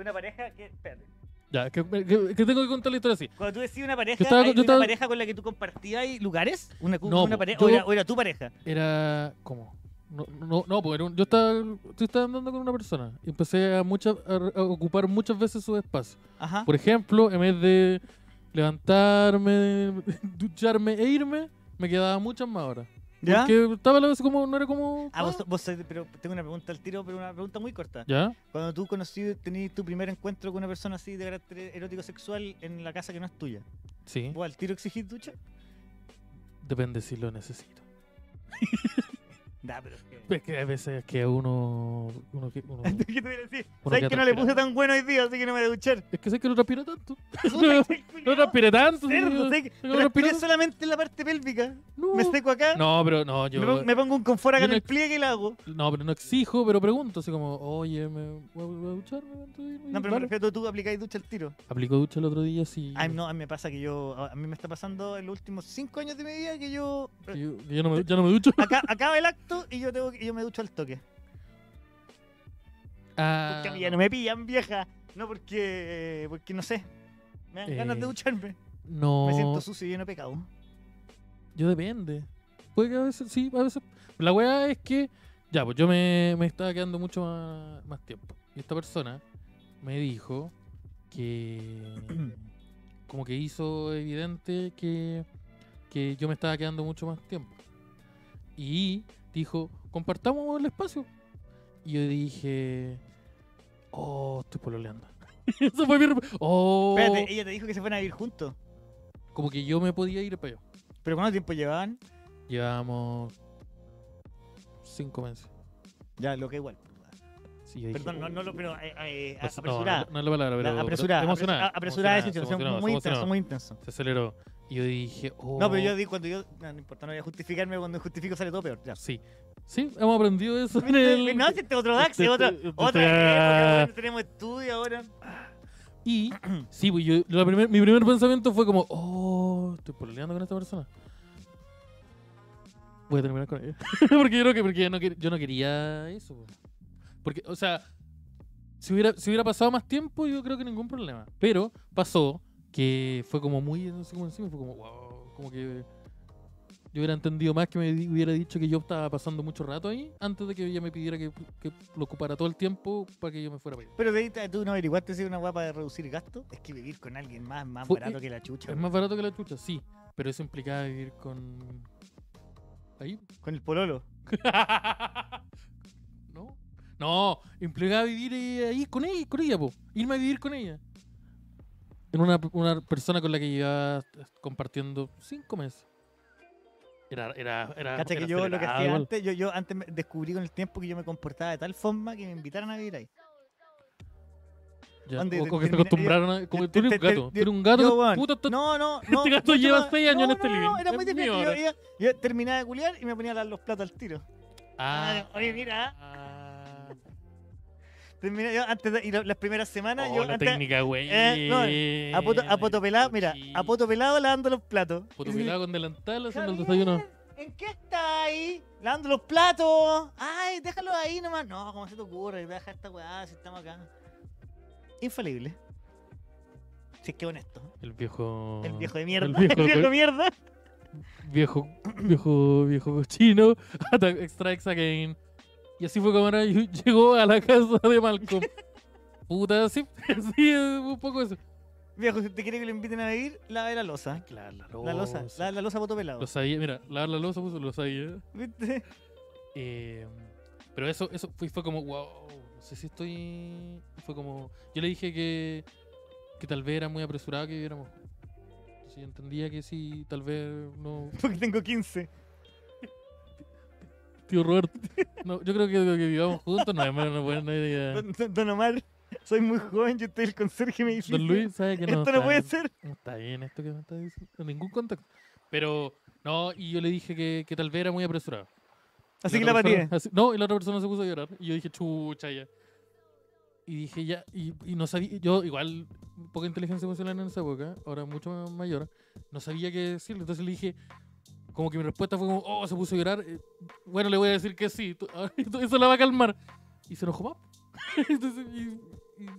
B: Una pareja que. Espérate.
A: Ya, que, que- que tengo que contar la historia así.
B: Cuando tú decís una pareja,
A: Yo estaba-
B: ¿hay
A: yo
B: una
A: estaba-
B: pareja con la que tú compartías lugares? ¿Una,
A: No,
B: una
A: po,
B: pareja?
A: yo-
B: o, era, o era tu pareja?
A: Era. ¿Cómo? No, no, no porque era un- yo estaba, yo estaba andando con una persona y empecé a, muchas a- a ocupar muchas veces su espacio.
B: Ajá.
A: Por ejemplo, en vez de levantarme, [laughs] ducharme e irme, me quedaba muchas más horas.
B: ¿Ya?
A: Que estaba la vez como, no era como...
B: Ah, vos, vos sois- pero tengo una pregunta al tiro, pero una pregunta muy corta.
A: ¿Ya?
B: Cuando tú conocí, tenías tu primer encuentro con una persona así de carácter erótico sexual en la casa que no es tuya,
A: Sí.
B: ¿vos al tiro exigís ducha?
A: Depende si lo necesito.
B: Da, pero es que.
A: Es que a veces que uno... uno, que-
B: [laughs]
A: uno-
B: Antes que te hubiera decir,
A: Uno
B: sabes
A: queda
B: que no le puse
A: transpirado.
B: tan bueno hoy día, así que no me voy
A: [laughs]
B: a duchar.
A: es que sé que no transpira tanto.
B: Puta, que
A: No
B: culiao,
A: transpira tanto.
B: cerdo,
A: señor.
B: sé que
A: No
B: transpiré
A: transpira-
B: solamente en la parte pélvica.
A: No.
B: Me seco acá,
A: No, pero no,
B: me,
A: yo...
B: pongo, me pongo un confort acá
A: yo
B: en
A: no-
B: el pliegue y la hago.
A: No, pero no exijo, pero pregunto. Así como, oye, ¿me voy a, voy a ducharme antes de irme?
B: No, pero me
A: Vale.
B: refiero, tú aplicáis ducha al tiro.
A: Aplicó ducha el otro día, sí.
B: Ay, no, a mí me pasa que yo. A a mí me está pasando en los últimos cinco años de mi vida que yo.
A: Yo, yo no me, ya no me ducho.
B: Acá, acaba el acto y yo, tengo que- yo me ducho al toque.
A: Ah,
B: Porque a mí ya no me pillan, vieja. No porque, porque no sé. Me dan ganas de
A: Eh,
B: ducharme.
A: no.
B: Me siento sucio y lleno de pecado.
A: Oh. Yo depende. Puede que a veces, sí, a veces. La weá es que, ya, pues yo me, me estaba quedando mucho más, más tiempo. Y esta persona me dijo que. como que hizo evidente que, que yo me estaba quedando mucho más tiempo. Y dijo, compartamos el espacio. Y yo dije, oh, estoy pololeando. [laughs] Eso fue mi. rep- Oh,
B: Espérate, ella te dijo que se fueran a vivir juntos.
A: como que yo me podía ir para allá.
B: ¿Pero cuánto tiempo llevaban?
A: Llevamos. cinco meses.
B: Ya, lo que igual.
A: Sí, yo dije,
C: Perdón, no,
A: oh,
C: no lo, pero eh, eh,
A: pues, no,
C: apresurada.
A: No, no es la palabra, pero.
B: La
A: pero
B: apresurada.
A: Emocionada.
B: apres- a- Apresurada de
A: emocionada, se
B: situación,
A: emocionó, se
B: son muy
A: emocionó.
B: intensos, muy intensos.
A: Se aceleró. Y yo dije, oh.
B: No, pero yo di cuando yo. No, no importa, no voy a justificarme, cuando justifico sale todo peor. Ya.
A: Sí. Sí, hemos aprendido eso [laughs] en el-
B: No, si este otro DAX,
A: Este-
B: otra.
A: este-
B: Otra. época, bueno, Tenemos estudio ahora.
A: Y sí, pues yo, la primer- mi primer pensamiento fue como, oh, estoy pololeando con esta persona. Voy a terminar con ella. [laughs] porque yo no, que- porque yo no, que- yo no quería eso. po. Porque, o sea, si hubiera, si hubiera pasado más tiempo, yo creo que ningún problema. Pero pasó que fue como muy, no sé cómo decirlo, fue como, wow, como que yo hubiera entendido más que me di- hubiera dicho que yo estaba pasando mucho rato ahí antes de que ella me pidiera que, que lo ocupara todo el tiempo para que yo me fuera para allá.
B: Pero de ahí t- tú no averiguaste si era una guapa de reducir gastos. Es que vivir con alguien más es más
A: Fue-
B: barato que la chucha.
A: Es
B: weón.
A: más barato que la chucha, sí. Pero eso implicaba vivir con. Ahí. [laughs]
B: Con el pololo.
A: no. No, implicaba vivir eh, ahí con ella, con ella, po. Irme a vivir con ella. En una, una persona con la que llevaba eh, compartiendo cinco meses. Era, era, era.
B: Cacha que
A: Ah, era
B: yo lo que
A: acelerado
B: hacía
A: igual.
B: antes, yo, yo antes me- descubrí con el tiempo que yo me comportaba de tal forma que me invitaran a vivir ahí.
A: Ya,
B: antes
A: o
B: de
A: como que se
B: terminar-
A: acostumbraron a. Como,
B: yo-
A: tú eres
B: te-
A: un
B: te-
A: gato. Tú
B: yo-
A: eres un gato.
B: yo,
A: que
B: weón,
A: puta, tú-
B: No, no, no.
A: Este gato
B: mucho
A: lleva
B: más-
A: seis años
B: no,
A: en este
B: no,
A: living.
B: No, era
A: Es
B: muy
A: mío
B: difícil. Yo,
A: ahora.
B: yo- yo terminaba de culiar y me ponía a lavar los platos al tiro.
A: Ah.
B: Ah, oye, mira.
A: ah.
B: Terminé yo antes de, y lo- las primeras semanas,
A: Oh,
B: yo
A: la
B: antes,
A: técnica, güey.
B: eh, a poto, a poto pelado, mira, a poto pelado lavando los platos.
A: Foto
B: Y sí,
A: pelado con delantal haciendo el
B: Javier,
A: desayuno.
B: ¿En qué está ahí? Lavando los platos. Ay, déjalo ahí nomás. No, ¿cómo se te ocurre? Voy a dejar esta weá si estamos acá. Infalible. Si es que honesto.
A: El viejo.
B: El viejo de mierda.
A: Ah,
B: [laughs]
A: El viejo,
B: El viejo mierda.
A: viejo, viejo, viejo cochino. [laughs] Ata- Strikes again. Y [laughs] así fue como era- llegó a la casa de
B: [laughs]
A: Malcolm. Puta, sí, [laughs] sí, un poco eso.
B: Viejo, si usted quiere que lo inviten a vivir, lave la losa.
A: Claro,
B: La losa, la, la losa poto pelado.
A: Lo sabía, mira, lavar la losa puso, lo sabía.
B: ¿Viste? [laughs]
A: Eh, pero eso, eso fue, fue como, wow, no sé si estoy. Fue como. Yo le dije que, que tal vez era muy apresurado que viviéramos. Entonces yo entendía que sí, tal vez no.
B: Porque tengo 15.
A: Eh. Tío Roberto. [laughs] No, yo creo que, que vivamos juntos no es una no es buena idea.
B: Don, don- don Omar, soy muy joven, yo estoy el conserje me dice.
A: Don Luis sabe que no.
B: Esto no
A: está
B: puede
A: bien.
B: ser.
A: No está bien esto que me está diciendo. En ningún contacto. Pero, no, y yo le dije que, que tal vez era muy apresurado.
B: Así que la
A: otra persona-
B: pateé.
A: así- no, y la otra persona se puso a llorar. Y yo dije, chucha, ya. Y dije, ya. Y, y no sabía. Yo, igual, poca inteligencia emocional en esa época, ahora mucho ma- mayor. No sabía qué decirle. Entonces le dije, como que mi respuesta fue como, oh, se puso a llorar. eh, Bueno, le voy a decir que sí. tú- [laughs] Eso la va a calmar. Y se enojó más. [laughs] Entonces, y, y-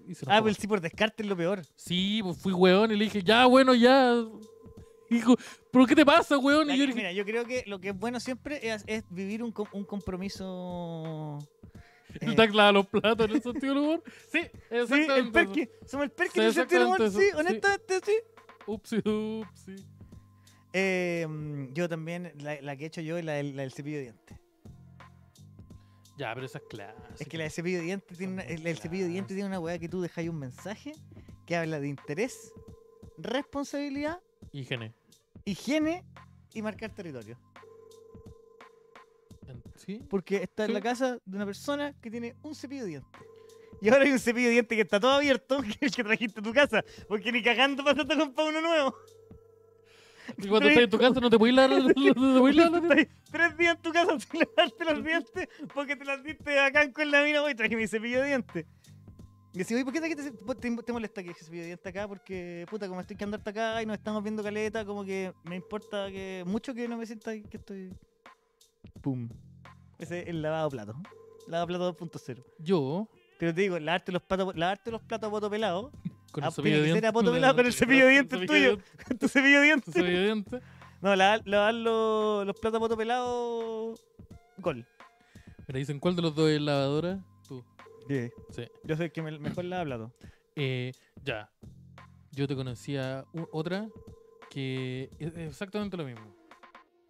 A: y se enojó
B: Ah,
A: más.
B: pues sí, por descarte es lo peor.
A: Sí, pues fui weón y le dije, ya, bueno, ya. Hijo, ¿pero qué te pasa, weón?
B: [laughs] La-
A: Y yo dije,
B: mira, yo creo que lo que es bueno siempre es, es vivir un, com- un compromiso.
A: el
B: eh,
A: tag lava los platos en el sentido del humor. Sí,
B: sí, el
A: exactamente.
B: perky. Somos el perky
A: Sí,
B: en el sentido del humor,
A: exactamente
B: sí,
A: eso, sí.
B: honestamente, sí.
A: Upsi, upsi.
B: Eh, mm, yo también, la, la que he hecho yo es la, del- la del cepillo de dientes.
A: Ya, pero esa es clásica.
B: es que la del cepillo de dientes tiene una,
A: Son muy
B: el, el cepillo de dientes tiene una weá que tú dejáis un mensaje que habla de interés, responsabilidad,
A: Higiene.
B: higiene y marcar territorio.
A: En-
B: [laughs]
A: ¿Sí?
B: Porque está
A: Sí.
B: en la casa de una persona que tiene un cepillo de dientes. Y ahora hay un cepillo de dientes que está todo abierto, [laughs] que es el que trajiste a tu casa. Porque ni cagando pasaste con pa' uno nuevo.
A: Y cuando estás en tu casa no te puedes lavar. [laughs] No te puedes lavar.
B: Estás tres días en tu casa [laughs] sin lavarte los dientes porque te las diste acá con la mina. Voy, traje mi cepillo de dientes. Y decís, oye, ¿por qué trajiste ese- po- te, te molesta que ese cepillo de dientes acá? Porque, puta, como estoy que andarte acá y nos estamos viendo caleta, como que me importa que mucho que no me sienta que estoy... Pum. Ese es el lavado plato. Lavado plato 2.0.
A: Yo,
B: Pero te digo, lavarte los, platos, lavarte los platos a
C: [laughs]
B: poto pelado,
A: con
B: Ah,
A: el cepillo de
B: tiene que ser
A: dientes.
B: a poto pelado, pero el cepillo de dientes
A: cepillo de
B: tuyo. tu cepillo de
A: tu
B: dientes.
A: cepillo de dientes.
B: No, lavar, lavar los, los platos a poto pelado, gol.
A: Mira, dicen, ¿cuál de los dos es lavadora? Tú. Sí.
B: Yo soy el que me- mejor lava plato.
A: Eh, ya. Yo te conocía u- otra que es es exactamente lo mismo.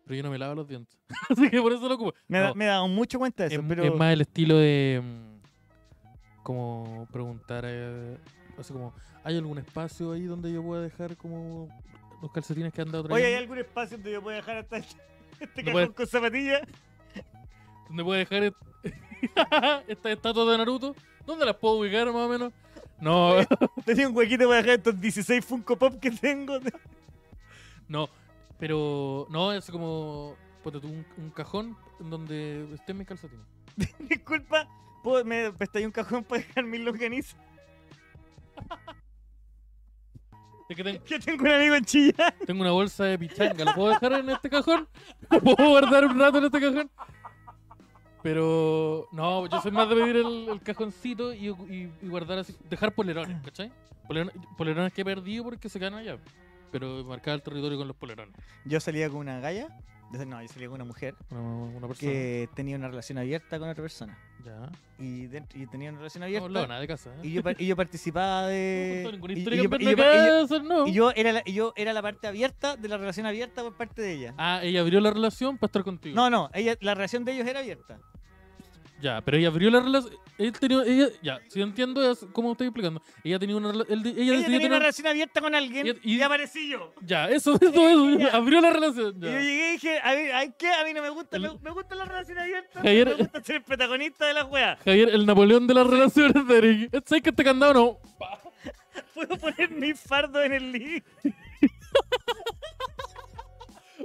A: Pero yo no me lavo los dientes. [laughs] Así que por eso lo ocupo.
B: Me, da-
A: No,
B: me he dado mucho cuenta de
A: es,
B: eso, pero...
A: es más el estilo de. mm, Como preguntar eh, Así como, ¿hay algún espacio ahí donde yo pueda dejar como los calcetines que han dado
C: Oye, ¿hay
A: trayendo?
C: algún espacio donde yo pueda dejar hasta este, este
A: No
C: cajón
A: puedes.
C: con zapatillas?
A: ¿Dónde puedo dejar est- [laughs] estas estatuas de Naruto? ¿Dónde las puedo ubicar más o menos? No,
C: Tenía un huequito para dejar estos 16 Funko Pop que tengo. [laughs]
A: no. [laughs] Pero, no, es como, ponte tú un, un cajón en donde estén mis calcetines.
C: Disculpa, ¿puedo- ¿me prestáis un cajón para dejar mis longanizas?
A: Es que ten-
C: Que tengo un amigo en Chillán.
A: tengo una bolsa de pichanga, ¿la puedo dejar en este cajón? ¿La puedo guardar un rato en este cajón? Pero, no, yo soy más de pedir el, el cajoncito y, y- y guardar así, dejar polerones, ¿cachai? Polerones, polerones que he perdido porque se quedan allá. Pero marcar el territorio con los polerones.
B: Yo salía con una galla, desde- no, yo salía con una mujer
A: Una, una persona.
B: que tenía una relación abierta con otra persona.
A: Ya.
B: Y, dentro- y tenía una relación
A: No,
B: abierta.
A: lona de casa. ¿eh?
B: y, yo, par- y yo
A: [laughs]
B: participaba de.
A: No, ninguna
B: y- y
A: historia
B: yo-
A: que
B: y
A: me
B: yo- y yo-
A: casa, no.
B: y yo era la- y yo era la parte abierta de la relación abierta por parte de ella.
A: Ah, ella abrió la relación para estar contigo.
B: No, no, ella, la relación de ellos era abierta.
A: Ya, pero ella abrió la relación. Él tenía, ella, ya, si entiendo es como estoy explicando. Ella tenía una rela- él de- ella,
C: Ella
A: decidió
C: tenía
A: tener-
C: una relación abierta con alguien
A: Ella-
C: y,
A: y-
C: aparecí yo.
A: Ya, eso, eso, eso.
B: [laughs]
C: Ya.
A: Abrió la relación.
C: Y yo
A: Ya.
C: llegué y dije, a ver, ¿ay qué? A mí no me gusta, me,
A: El-
C: me gusta la relación abierta,
A: Javier-
C: me gusta ser el protagonista de la wea.
A: [laughs] Javier, el Napoleón de las relaciones de Eric. ¿Sabes que este candado no?
C: Puedo poner mi fardo en el link.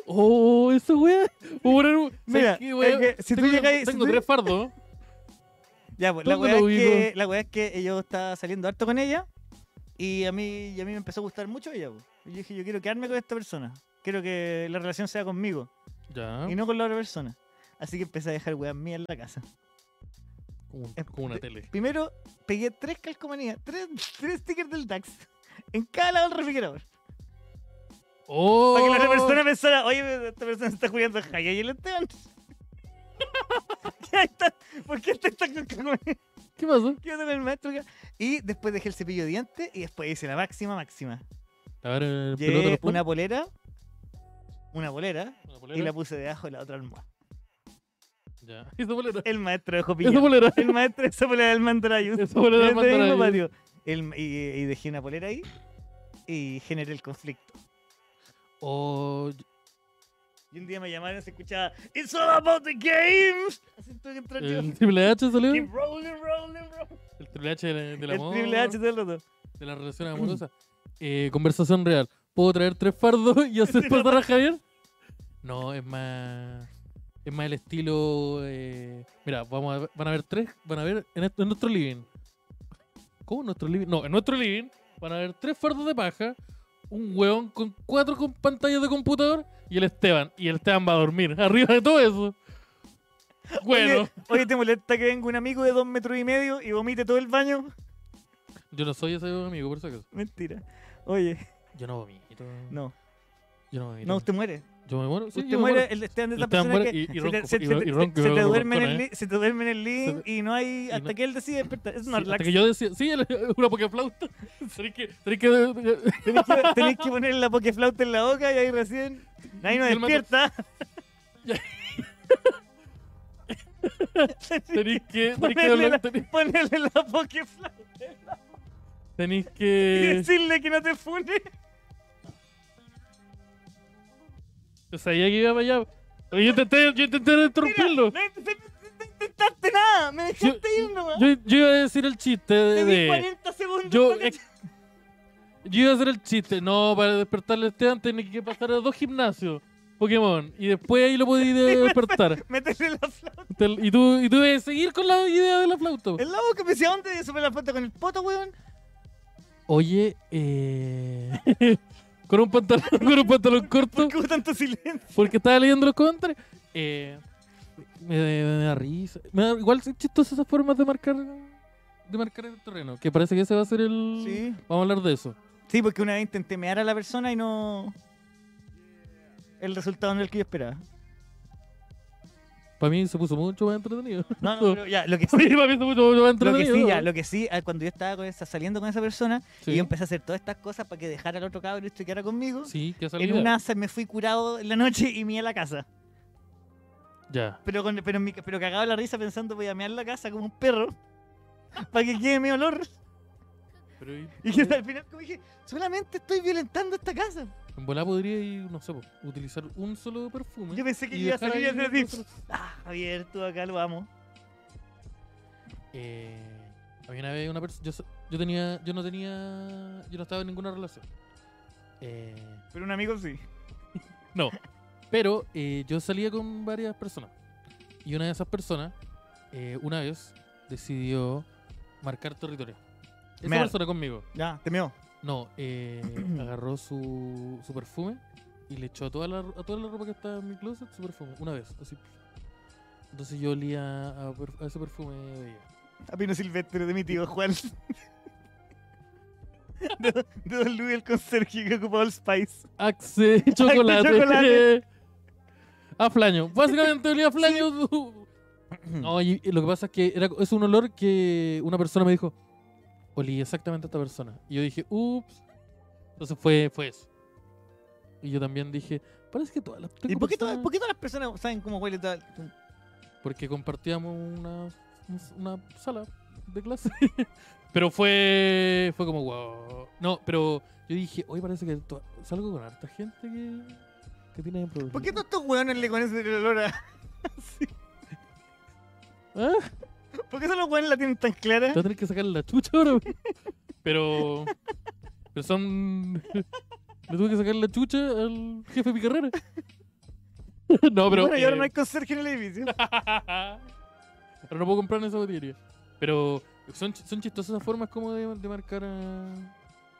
A: Oh, eso, weá. Voy a poner un-
B: Mira,
A: ¿sabes qué, weá?
B: es que si tú
A: Tengo-
B: llegáis- si
A: Tengo
B: tú-
A: tres fardos.
B: Ya, pues la
A: ¿Dónde
B: weá, es
A: lo
B: que,
A: ubico?
B: la weá es que yo estaba saliendo harto con ella y a mí, y a mí me empezó a gustar mucho ella. po. Y yo dije, yo quiero quedarme con esta persona. Quiero que la relación sea conmigo
A: Ya.
B: [laughs] y no con la otra persona. Así que empecé a dejar weas mías en la casa.
A: Como, un- como
B: [laughs]
A: una tele.
B: Primero pegué tres calcomanías, tres, tres stickers del DAX en cada lado del refrigerador.
A: Oh.
C: Para que la otra persona pensara, oye, esta persona está jugando a Jaya y el
B: [laughs]
C: Esteban. Ya está. ¿Por qué este está con con-
A: ¿Qué pasó?
B: Yo con el maestro acá. Y después dejé el cepillo de dientes y después hice la máxima máxima.
A: A ver, el
B: Llevé
A: piloto de los
B: una polera, una polera,
A: planes. Una
B: y
A: polera.
B: la puse debajo de la otra almohada.
A: Ya. [laughs] Esa
B: [laughs]
A: polera.
C: El maestro
A: [laughs]
C: dejó
A: Esa
C: pillado.
A: polera.
C: El maestro esa polera del Mandrayus. [laughs]
A: Esa polera del
C: Desde el mismo
A: Mandrayus.
C: patio.
B: El- y, y dejé una polera ahí y generé el conflicto.
A: Oh,
C: Y un día me llamaron y se escuchaba, It's all about the games. Así tuve que entrar yo.
A: el triple H salió.
C: Keep rolling, rolling, rolling.
A: El triple H del, del
C: El
A: amor.
C: triple H todo el rato.
A: De la relación amorosa. [clears throat] Eh, conversación real. ¿Puedo traer tres fardos y
B: [laughs]
A: hacer pasar a Javier? No, es más. Es más el estilo. eh, Mira, vamos a ver- van a ver tres. Van a ver en, est- en nuestro living. ¿Cómo? ¿En nuestro living? No, en nuestro living van a ver tres fardos de paja. Un hueón con cuatro con pantallas de computador y el Esteban. Y el Esteban va a dormir [laughs] arriba de todo eso. Bueno,
C: Oye, oye, ¿te molesta que venga un amigo de dos metros y medio y vomite todo el baño?
A: yo no soy ese amigo, por si acaso.
C: Mentira. Oye,
A: Yo no vomito.
B: No,
A: Yo no vomito.
B: no, usted muere.
A: Yo me muero. Sí,
B: usted
A: yo me
B: muere,
A: muero.
B: el Esteban de
A: El
B: esa
A: Esteban
B: persona
A: muere
B: que
A: y- y
B: se
A: ronco,
B: te- se
A: y ro- y
B: te-
A: ronco,
B: se te
A: ronco,
B: duerme en el
A: ronco,
C: li- se te duerme en el link
A: Se
C: y no hay,
A: y
C: hasta
A: no-
C: que él decide despertar. Es
A: Sí,
C: una
A: hasta que yo decía, sí, el- una
C: [laughs]
A: pokeflauta. Tenés que, tenés que-
C: Tenéis que, tenéis que poner la pokeflauta en la boca y ahí recién. Ahí no
A: Y el mato-
C: despierta.
A: [laughs] tenés
C: [laughs]
A: que, tenés que,
C: Ponerle la,
A: hablar- tenés-
C: ponerle la pokeflauta
A: tenés
C: y [laughs]
A: que,
C: decirle que no te fune.
A: yo sabía que iba para allá. Pero Yo intenté, yo intenté interrumpirlo.
C: No int- no intentaste nada. Me dejaste
A: Yo-
C: ir nomás.
A: Yo, yo iba a decir el chiste de,
C: Te di
A: de-
C: 40 segundos.
A: yo,
C: para que-
A: ex- yo iba a hacer el chiste. No, para despertarle a Esteban tenés que pasar a dos gimnasios Pokémon y después ahí lo
C: [laughs]
A: podí
C: pues,
A: de- despertar.
C: Meterle la flauta
A: Te- Y tú, y tú ibas a seguir con la idea de la flauta.
C: en la boca. Me decía, ¿dónde se la flauta con el poto, weón?
A: Oye, eh, [laughs] con un pantalón, [laughs] con un pantalón corto,
C: ¿Por qué hubo tanto silencio?
A: porque estaba leyendo los comentarios. Eh, me, me da risa. Me da- igual son chistosas esas formas de marcar, de marcar el terreno. Que parece que ese va a ser el.
B: Sí.
A: Vamos a hablar de eso.
B: Sí, porque una vez intenté mear a la persona y no. El resultado no es el que yo esperaba.
A: Para mí se puso mucho más entretenido. [laughs]
B: No, no, pero ya, lo que
A: Sí,
B: sí.
A: para mí se puso mucho más
B: Lo que
A: entretenido.
B: sí, ya, lo que sí, ah, cuando yo estaba con esa- saliendo con esa persona,
A: Sí.
B: y yo empecé a hacer todas estas cosas para que dejara al otro cabrón y se quedara conmigo,
A: Sí, que esa es la
B: en
A: idea.
B: una se me fui curado en la noche y me a la casa.
A: Ya.
B: Pero, con, pero, en mi- pero [laughs] cagaba la risa pensando voy a mear la casa como un perro para que quede mi olor.
A: Pero y-
C: Y que al final, como dije, solamente estoy violentando esta casa.
A: en volá podría ir, no sé, po, utilizar un solo perfume.
C: Yo pensé que
A: y
C: iba a
A: dejar
C: salir
A: ahí
C: de ti.
A: un solo-
C: Ah, Javier, tú acá lo amo.
A: Eh, había una vez una persona. Yo, so- yo tenía. Yo no tenía. Yo no estaba en ninguna relación. Eh,
C: Pero un amigo sí.
A: No. Pero eh, yo salía con varias personas. Y una de esas personas, eh, una vez, decidió marcar territorio. Esa
C: Mear.
A: persona conmigo.
C: Ya, te meo.
A: No, eh, agarró su, su perfume y le echó a toda, la, ro- a toda la ropa que estaba en mi closet su perfume. Una vez, así. Entonces yo olía a, per- a ese perfume de ella.
C: A Pino Silvestre de mi tío Juan. [laughs] De, de Don Luis el conserje que ocupaba el Spice.
A: Axe [laughs] chocolate.
C: chocolate.
A: [laughs] A flaño. Básicamente olía a flaño. [laughs] No, y y lo que pasa es que era, es un olor que una persona me dijo, olí exactamente a esta persona. Y yo dije, ups. Entonces fue, fue eso. Y yo también dije, parece que todas las
B: ¿Y
A: tengo
B: por qué, todas,
A: personas-
B: por qué todas las personas saben cómo huele tal?
A: Porque compartíamos una, una sala de clase. [laughs] pero fue fue como, wow. No, pero yo dije, hoy parece que to- salgo con harta gente que, que tiene problemas.
C: ¿Por qué todos estos hueones le conocen el olor a.? [laughs]
A: Ah.
C: ¿Por qué esos hueones la tienen tan
A: Te
C: clara?
A: voy a tener que sacar la chucha ahora. güey. Pero. Pero son. Le tuve que sacar la chucha al jefe de mi carrera. [laughs] No, pero.
C: bueno, y ahora
A: eh,
C: no hay conserje en el
A: [laughs]
C: edificio.
A: pero no puedo comprar en esa botillería. Pero son, ch- son chistosas esas formas como de, de marcar ah,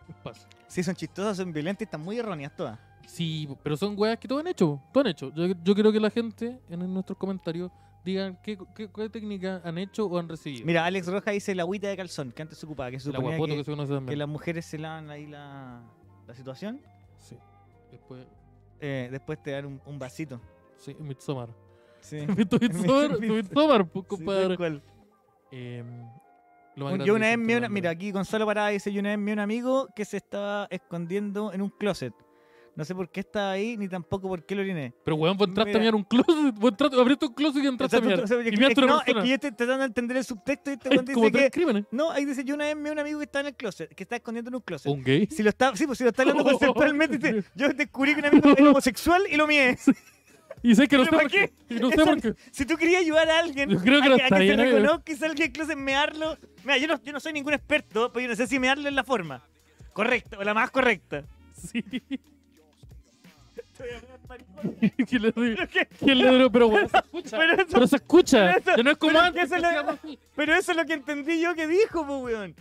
A: espacio.
B: Sí, son chistosas, son violentas y están muy erróneas todas.
A: Sí, pero son weas que todos han hecho. Todos han hecho. Yo, yo creo que la gente en nuestros comentarios digan qué, qué, qué técnica han hecho o han recibido.
B: Mira, Alex Roja dice la agüita de calzón, que antes se ocupaba, que se
A: la
B: suponía
A: guapoto que,
B: que,
A: se conoce también.
B: que las mujeres se lavan ahí la, la situación.
A: Sí. Después.
B: Eh, después te dan un, un vasito.
A: Sí, Midsommar.
B: [laughs] Sí.
A: [laughs] Mi Midsommar,
B: Mi-
A: mi Midsommar, pues,
B: Sí, tal
A: compadre.
B: cual.
A: Em, lo más
B: Un-
A: grande que siento
B: Yo una vez me
A: es
B: una,
A: hambre.
B: mira, aquí Gonzalo Parada dice, yo una vez me un amigo que se estaba escondiendo en un closet. No sé por qué estaba ahí, ni tampoco por qué lo oriné.
A: Pero, weón, vos entraste a
B: mira.
A: mirar un closet. Vos entraste, abriste un closet y
B: O
A: entraste
B: sea,
A: a
B: tú-
A: mirar.
B: o sea,
A: y
B: es que-
A: miraste a una
B: no, es
A: persona.
B: que yo estoy tratando de entender el subtexto y este weón
A: como
B: dice
A: tres
B: que...
A: crímenes.
B: No, ahí dice, yo una vez me un amigo que está en el closet, que está escondiendo en un closet.
A: Un gay.
B: Si lo está, sí, pues si lo está [laughs] hablando conceptualmente, dice, yo descubrí que un [laughs] amigo era homosexual y lo mié.
A: Y sé que no sé
B: ¿Pero
A: por
B: para
A: qué. Y no sé
B: Esa-
A: por
B: [laughs]
A: qué.
B: Si tú querías ayudar a alguien,
A: Yo creo que
B: a,
A: no
B: a
A: está
B: que se
A: bien, amigo.
B: reconozca y salga del closet, mearlo. Mira, yo no, yo no soy ningún experto, pero yo no sé si mearlo es la forma correcta o la más correcta.
A: Sí. [laughs] ¿Quién le dio? ¿Quién le dio? Pero, weón, se escucha.
C: Pero eso-
A: Pero se escucha.
C: pero eso-
A: Ya no es como
C: pero es que
A: antes.
C: eso
A: que
C: lo-
A: hacíamos así.
C: Pero eso es lo que entendí yo que dijo, pues, weón.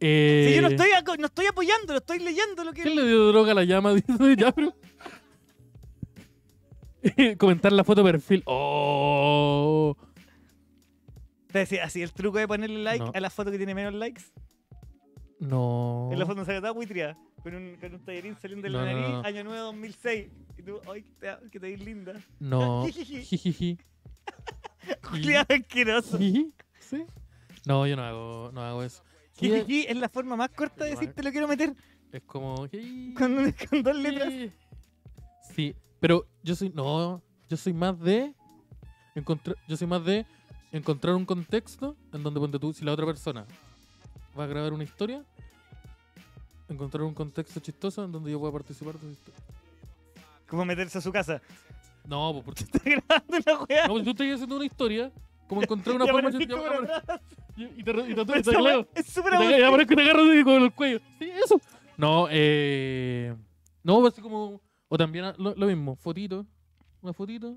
A: Eh,
C: Si yo no estoy, aco- no estoy apoyando, lo estoy leyendo lo que.
A: ¿Quién le dio droga a la llama? [laughs] Dice ya, pero- Comentar la foto de perfil. Oh.
B: Te decía, así el truco de ponerle like
A: No.
B: a la foto que tiene menos likes.
A: No.
B: En la foto se toda buitria, con un, con un tallerín saliendo de la
A: No, no,
B: nariz,
A: no.
B: año nuevo 2006. Y tú, ay, que te, que te ves linda.
A: No.
B: Jijiji.
A: Jijiji.
B: [laughs] Julián, asqueroso.
A: Jiji. ¿Sí? No, yo no hago, no hago eso. Jiji
B: Jijiji es la forma más corta de decir te lo quiero meter
A: Es como. jiji,
B: con, un- con dos letras.
A: jiji. Sí, pero yo soy. No, yo soy más de. Encontrar, yo soy más de encontrar un contexto en donde ponte tú, si la otra persona va a grabar una historia, encontrar un contexto chistoso en donde yo pueda participar de esa historia.
C: Como meterse a su casa. [laughs]
A: No, pues, porque
C: Está grabando una weá.
A: no, pues, tú estás haciendo una historia, como encontrar
B: [laughs]
A: una
C: y
A: forma
C: apareciste por
A: chistosa.
C: atrás.
A: Y y te y te-
C: Pero [laughs]
A: te-
C: esa
A: te-
C: weá
A: claro.
C: Es súper
A: Y te-
C: aburrido.
A: ya, pero es que te agarro así con el cuello. Sí, eso. No, eh. No, así como. O también ah, lo, lo mismo, fotito. Una fotito.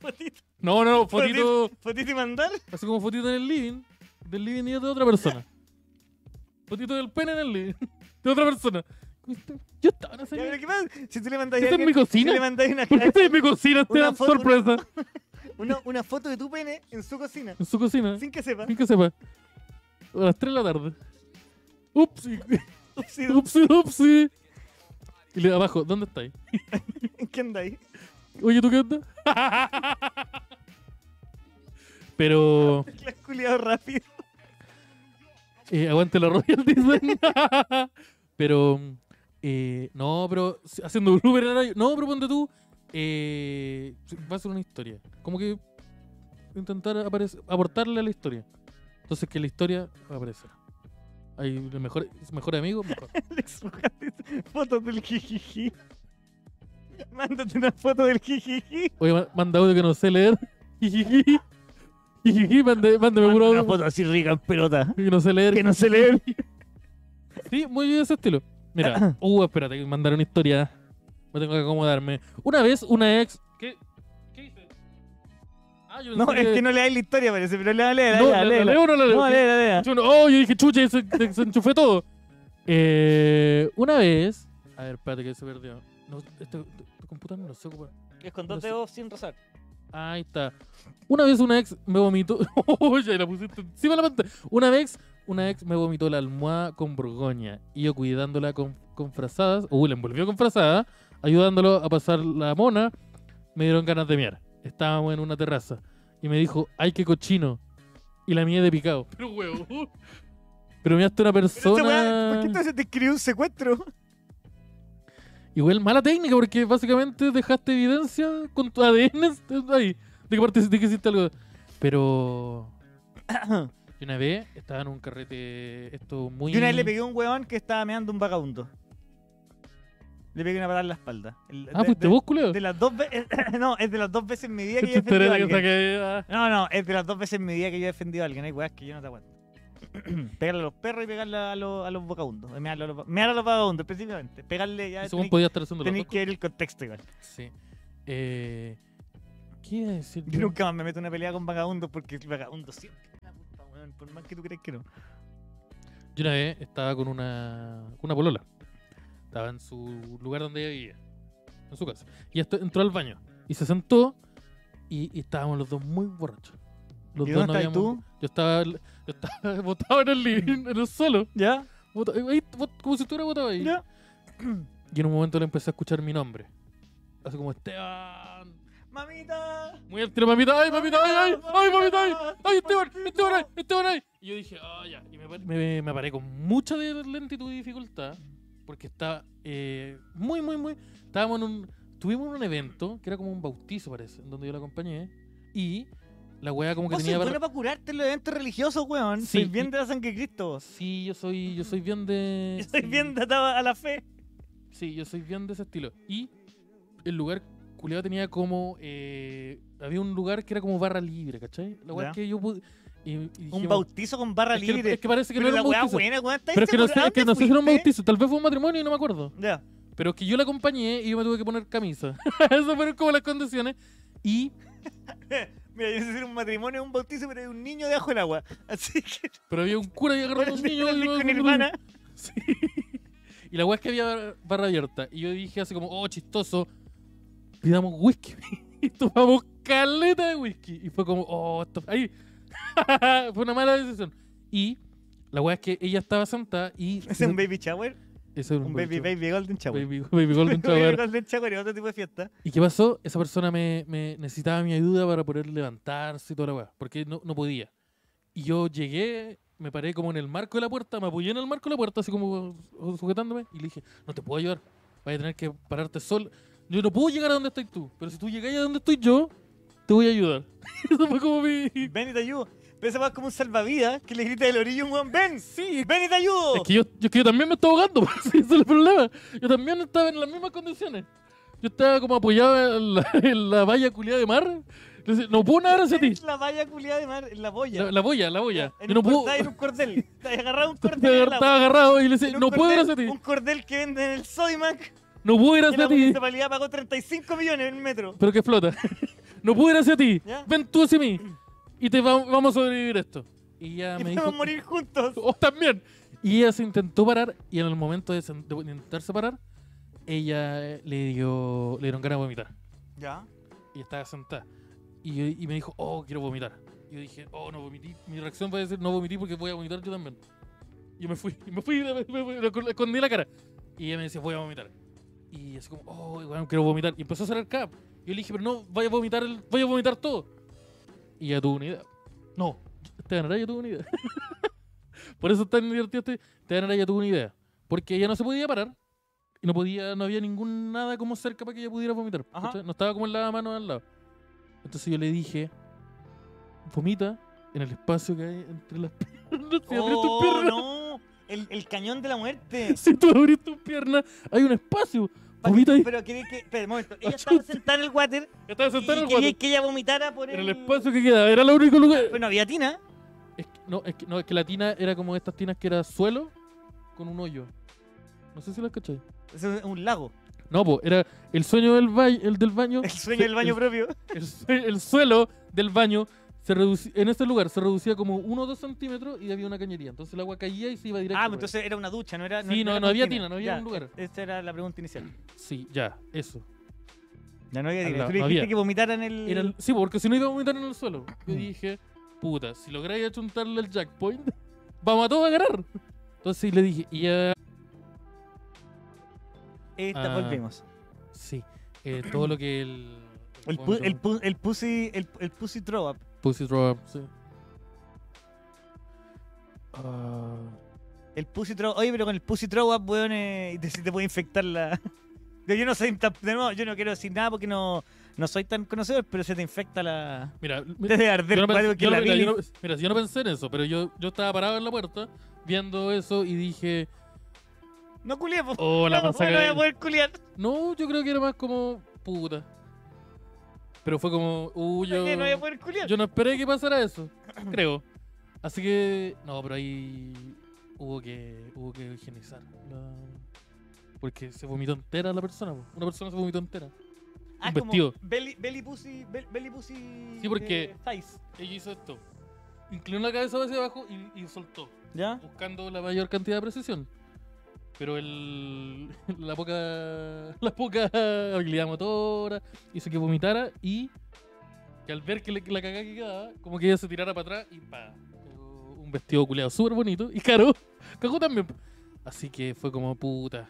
C: Fotito,
A: No, no, fotito.
C: fotito y mandar.
A: Así como fotito en el living. Del living y de otra persona. Fotito del pene en el living. [laughs] De otra persona. Yo estaba en ese
C: Ya, pero
A: living.
C: ¿qué más? Si tú le mandas
A: ¿Esa es mi
C: si
A: cocina?
C: le mandas una,
A: ¿Por qué estoy en mi cocina? Este
C: Una
A: dan
C: foto-
A: sorpresa.
C: una, una foto de tu pene en su cocina,
A: En su cocina.
C: sin que sepa.
A: Sin que sepa. A las 3 de la tarde.
C: [laughs]
A: Ups. y-
C: Sí,
A: Upsi, upsi. Y le abajo, ¿dónde estáis?
C: ¿En qué andáis?
A: Oye, ¿tú qué onda? Pero
C: La has culiado [laughs] rápido.
A: eh, aguante la Royal dicen. [laughs] pero eh, no, pero si- haciendo un Uber en horario- No, pero ponte tú. Eh, si- va a ser una historia. Como que intentar aparec- aportarle a la historia. Entonces que la historia va a aparecer. Hay el mejor, mejor amigo, mejor.
B: Alex Rojas dice, fotos del jijiji. Mándate una foto del jijiji.
A: Oye, ma- manda audio que no sé leer. [laughs] Jijiji. Jijiji, mande- mándame puro
B: Una
A: audio
B: foto así rica en pelota.
A: que no sé leer.
B: Que no se lee.
A: [laughs] Sí, muy de ese estilo.
B: [clears throat]
A: Mira, uh, espérate, que mandaron historia. Me tengo que acomodarme. Una vez, una ex. ¿Qué, ¿Qué hice? Ah, yo
B: No,
A: pensé
B: es que no leáis la historia, parece, pero léela, léela,
A: No, ¿la-
B: léela,
A: la
B: léela.
A: leo o no la leo?
B: No,
A: ¿Qué?
B: léela, léela.
A: Yo no- oh, yo dije, chucha, y se, se- se enchufé todo. Eh, una vez. A ver, espérate, que se perdió. No, este, tu computador no se ocupa.
E: Es con
A: dos
E: dos dedos sin rozar.
A: Ahí está. Una vez una ex me vomitó. [laughs] Oye, la pusiste encima de la pantalla. Una vez, una ex me vomitó la almohada con burgoña. Y yo cuidándola con, con frazadas. Uy, la envolvió con frazada. Ayudándolo a pasar la mona. Me dieron ganas de miar. Estábamos en una terraza. Y me dijo, ay, qué cochino. Y la mía de
B: [laughs]
A: picado. Pero huevo. Pero miaste una
B: Pero esta weá, ¿Por qué
A: persona.
B: entonces te escribió un secuestro?
A: Igual mala técnica, porque básicamente dejaste evidencia con tu ADN ahí. De que parte de que hiciste algo.
B: [coughs]
A: Pero. Y una vez estaba en un carrete. Esto muy.
B: Yo una vez le pegué a un weón que estaba meando un vagabundo. Le pegué una patada en la espalda. El-
A: Ah,
B: de-
A: pues te
B: de-
A: vos, culeo.
B: De las dos veces. [laughs] No, es de las dos veces en mi vida que yo he
A: Esta historia
B: defendido a
A: la que
B: alguien.
A: saqué, ah.
B: No, no, es de las dos veces en mi vida que yo he defendido a alguien. Hay weas que yo no te aguanto. [clears throat] pegarle a los perros y pegarle a los, a los vagabundos. Eh, Mearle a los, va- mear a los vagabundos, específicamente. Pegarle ya.
A: Según
B: Tenéis
A: podía estar haciendo
B: tenéis
A: los
B: que ver el contexto igual.
A: Sí. Eh, ¿Qué iba a decir?
B: Yo nunca más me meto en una pelea con vagabundos porque el vagabundo siempre es la culpa, weón. Por más que tú creas que no.
A: Yo una vez estaba con una, con una polola. Estaba en su lugar donde ella vivía, en su casa. Y esto, entró al baño y se sentó y, y estábamos los dos muy borrachos. Los
B: ¿Y
A: dos
B: dónde estabas
A: habíamos-
B: tú?
A: Yo estaba, yo estaba [laughs] botado en el living, en el suelo.
B: ¿Ya?
A: Bota- ahí, bot- como si estuviera botado ahí.
B: ¿Ya?
A: Y en un momento le empecé a escuchar mi nombre. Así como Esteban.
B: ¡Mamita!
A: Muy al tiro, mamita, ay, mamita, ay, ay, ay, mamita, ay, ay, Esteban,
B: Mamita.
A: Esteban, ay, Esteban, ay. Y yo dije, ah, ya. Y me, par- me, me paré con mucha de- lentitud y dificultad, porque estaba eh, muy, muy, muy. Estábamos en un. Tuvimos un evento, que era como un bautizo, parece, en donde yo la acompañé, y la wea como que
B: Vos
A: tenía.
B: sois
A: barra-
B: bueno para curarte en los eventos religiosos, weón.
A: Sí,
B: Sois bien
A: y-
B: de la sangre de Cristo. vos.
A: Sí, yo soy, yo soy bien de.
B: [laughs]
A: [laughs]
B: Sois
A: sí.
B: bien datado a la fe.
A: Sí, yo soy bien de ese estilo. Y el lugar culiado tenía como. eh, había un lugar que era como barra libre, ¿cachai? La weá
B: Ya.
A: que yo pude. y- y dijimos,
B: Un bautizo con barra
A: es que-
B: libre.
A: es que parece que
B: Pero
A: no era
B: la
A: un
B: weá
A: bautizo.
B: buena, weón. ¿estáis
A: Pero es que no sé,
B: seguros? ¿A
A: es que
B: dónde
A: no sé si era un
B: fuiste?
A: bautizo, tal vez fue un matrimonio y no me acuerdo.
B: Ya.
A: Pero es que yo la acompañé y yo me tuve que poner camisa. [laughs] Esas fueron como las condiciones. Y.
B: [laughs] Mira, yo sé si era un matrimonio, un bautizo, pero hay un niño debajo del agua. [laughs] Así que.
A: Pero había un cura y agarró a
B: [laughs]
A: un niño. y-
B: con hermana.
A: [laughs] Sí. Y la weá es que había bar- barra abierta. Y yo dije así como, oh, chistoso, pidamos whisky. [laughs] Y tomamos caleta de whisky. Y fue como, oh, esto... Ahí. [laughs] fue una mala decisión. Y la weá es que ella estaba sentada y...
B: Es un baby shower.
A: Ese era
B: Un baby,
A: shower.
B: baby golden [laughs] shower.
A: Baby, baby golden shower.
B: Baby golden shower y otro tipo de fiesta.
A: ¿Y qué pasó? Esa persona me, me necesitaba mi ayuda para poder levantarse y toda la weá, porque no, no podía. Y yo llegué, me paré como en el marco de la puerta, me apoyé en el marco de la puerta, así como eh, sujetándome, y le dije, no te puedo ayudar, vas a tener que pararte sol. Yo no puedo llegar a donde estás tú, pero si tú llegas a donde estoy yo, te voy a ayudar. [laughs] Eso fue como mi...
B: Ven y te ayudo. Pero esa weá es como un salvavidas que le grita del orillo a un weón. ¡Ven! Sí. ¡Ven y te ayudo!
A: Es que yo, yo- que yo también me estaba ahogando, [laughs] ese es el problema. Yo también estaba en las mismas condiciones. Yo estaba como apoyado en la, [laughs] en la valla culiada de mar. Entonces, no puedo
B: [laughs]
A: nadar hacia ti.
B: En la valla culiada de mar, en la boya.
A: La, la boya, la boya.
B: En
A: Yo no
B: un
A: puedo. [laughs]
B: cordel, en un cordel. Te agarraba un cordel. en el agua.
A: Estaba agarrado y le
B: En
A: decía,
B: un
A: no puedo ir
B: cordel-
A: hacia ti.
B: Un cordel que venden en el Sodimac.
A: No puedo ir
B: Que la
A: hacia ti.
B: municipalidad pagó 35 millones en el metro.
A: Pero que explota. [laughs] no puedo ir hacia ti.
B: ¿Ya?
A: Ven tú hacia mí. Y te va- vamos a sobrevivir esto. Y ya
B: Y
A: me
B: podemos
A: dijo. [laughs]
B: morir juntos.
A: O también. Y ella se intentó parar y en el momento de, sen- de intentarse parar, ella eh, le dio, le dieron ganas de vomitar.
B: Ya.
A: y estaba sentada. Y, yo- y me dijo, oh, quiero vomitar. Yo dije, oh, no vomití. Mi reacción fue decir, no vomití porque voy a vomitar yo también. Y me fui, [laughs] y me fui, me, me- me- me escondí la cara. Y ella me decía, voy a vomitar. Y así como, oh, weón, quiero vomitar. Y empezó a hacer el cap. Yo le dije, pero no, vaya a vomitar, el, vaya a vomitar todo. Y ella tuvo una idea. No, te ganará, yo tuve una idea. [laughs] Por eso es tan divertido este. Te ganará, yo tuve una idea. Porque ella no se podía parar. Y no podía, no había ningún nada como cerca para que ella pudiera vomitar.
B: Ajá.
A: ¿cachai? No estaba como en la mano al lado. Entonces yo le dije, vomita en el espacio que hay entre las [laughs] piernas. Si abrís tus
B: Oh,
A: piernas.
B: no. el, el cañón de la muerte.
A: [laughs] Si tú abrís tus piernas, hay un espacio.
B: Pa' que-
A: Vomita ahí.
B: Pero quería que. Espera, un momento.
A: [laughs]
B: Ella estaba sentada en el water
A: Estaba
B: y
A: sentado en el
B: quería
A: water,
B: que ella vomitara por el.
A: en el espacio que queda. Era el único lugar.
B: Bueno, había tina.
A: Es que- no, es que, no, es que la tina era como estas tinas que era suelo con un hoyo. No sé si las cachai.
B: Es un
A: [laughs]
B: un lago.
A: No, pues era el sueño del baño, el del baño,
B: El sueño del baño
A: Sí,
B: propio. Ah,
A: el, sue- el suelo del baño se reduci- en ese lugar se reducía como 1 o 2 centímetros y había una cañería. Entonces el agua caía y se iba directo.
B: Ah,
A: para
B: entonces era una ducha, no era.
A: pues. Sí, no,
B: era
A: no había
B: cortina.
A: tina, no había
B: Ya, e-,
A: un lugar.
B: Esta era la pregunta inicial.
A: allá. Sí, ya, eso.
B: Ya no había
A: Al
B: tina.
A: lado, no
B: Tú dijiste
A: había.
B: que vomitaran el.
A: Era el- sí, porque si no iba a vomitar en el suelo. Yo dije, puta, si lográis achuntarle el jackpoint, [laughs] vamos a todos a ganar. Entonces le dije, y ya
B: eh, Esta
A: Ah.
B: volvimos.
A: Sí, eh, todo lo que el.
B: El, pu- el, pu- el pussy. El, el pussy throw up.
A: Pussy Throw Up, sí. Ah,
B: El pussy throw Oye, pero con el pussy throw up, weón, eh, te, te puede infectar la. [laughs] Yo yo no soy tan- de nuevo, yo no quiero decir nada porque no, no soy tan conocedor, pero se te infecta la.
A: mira, mi-
B: [laughs] Te debe arder
A: yo no
B: cuático
A: pensé-
B: que
A: yo no-
B: la
A: mira,
B: bilis.
A: yo no- mira, yo no pensé en eso, pero yo, yo estaba parado en la puerta viendo eso y dije,
B: No culié, po.
A: oh, la
B: No, pues,
A: pasada.
B: no voy a poder culiar.
A: No, yo creo que era más como puta. Pero fue como, uh, yo.
B: ¿Qué? [laughs] No voy a poder culiar.
A: Yo no esperé que pasara eso, creo. Así que, no, pero ahí hubo que, hubo que higienizar. la- Porque se vomitó entera la persona. po. Una persona se vomitó entera.
B: Ah,
A: un
B: como
A: vestido.
B: Belly, belly pussy. bel- Belly pussy.
A: Sí, porque-
B: eh, thighs,
A: Ella hizo esto. Inclinó la cabeza hacia abajo y, y soltó,
B: ¿Ya?
A: buscando la mayor cantidad de precisión. Pero el, [laughs] la poca [laughs] la poca habilidad motora hizo que vomitara y que al ver que le- la cagada que quedaba, como que ella se tirara para atrás y pa. Pegó Un vestido culeado súper bonito y [laughs] caro. Cagó también. Así que fue como puta.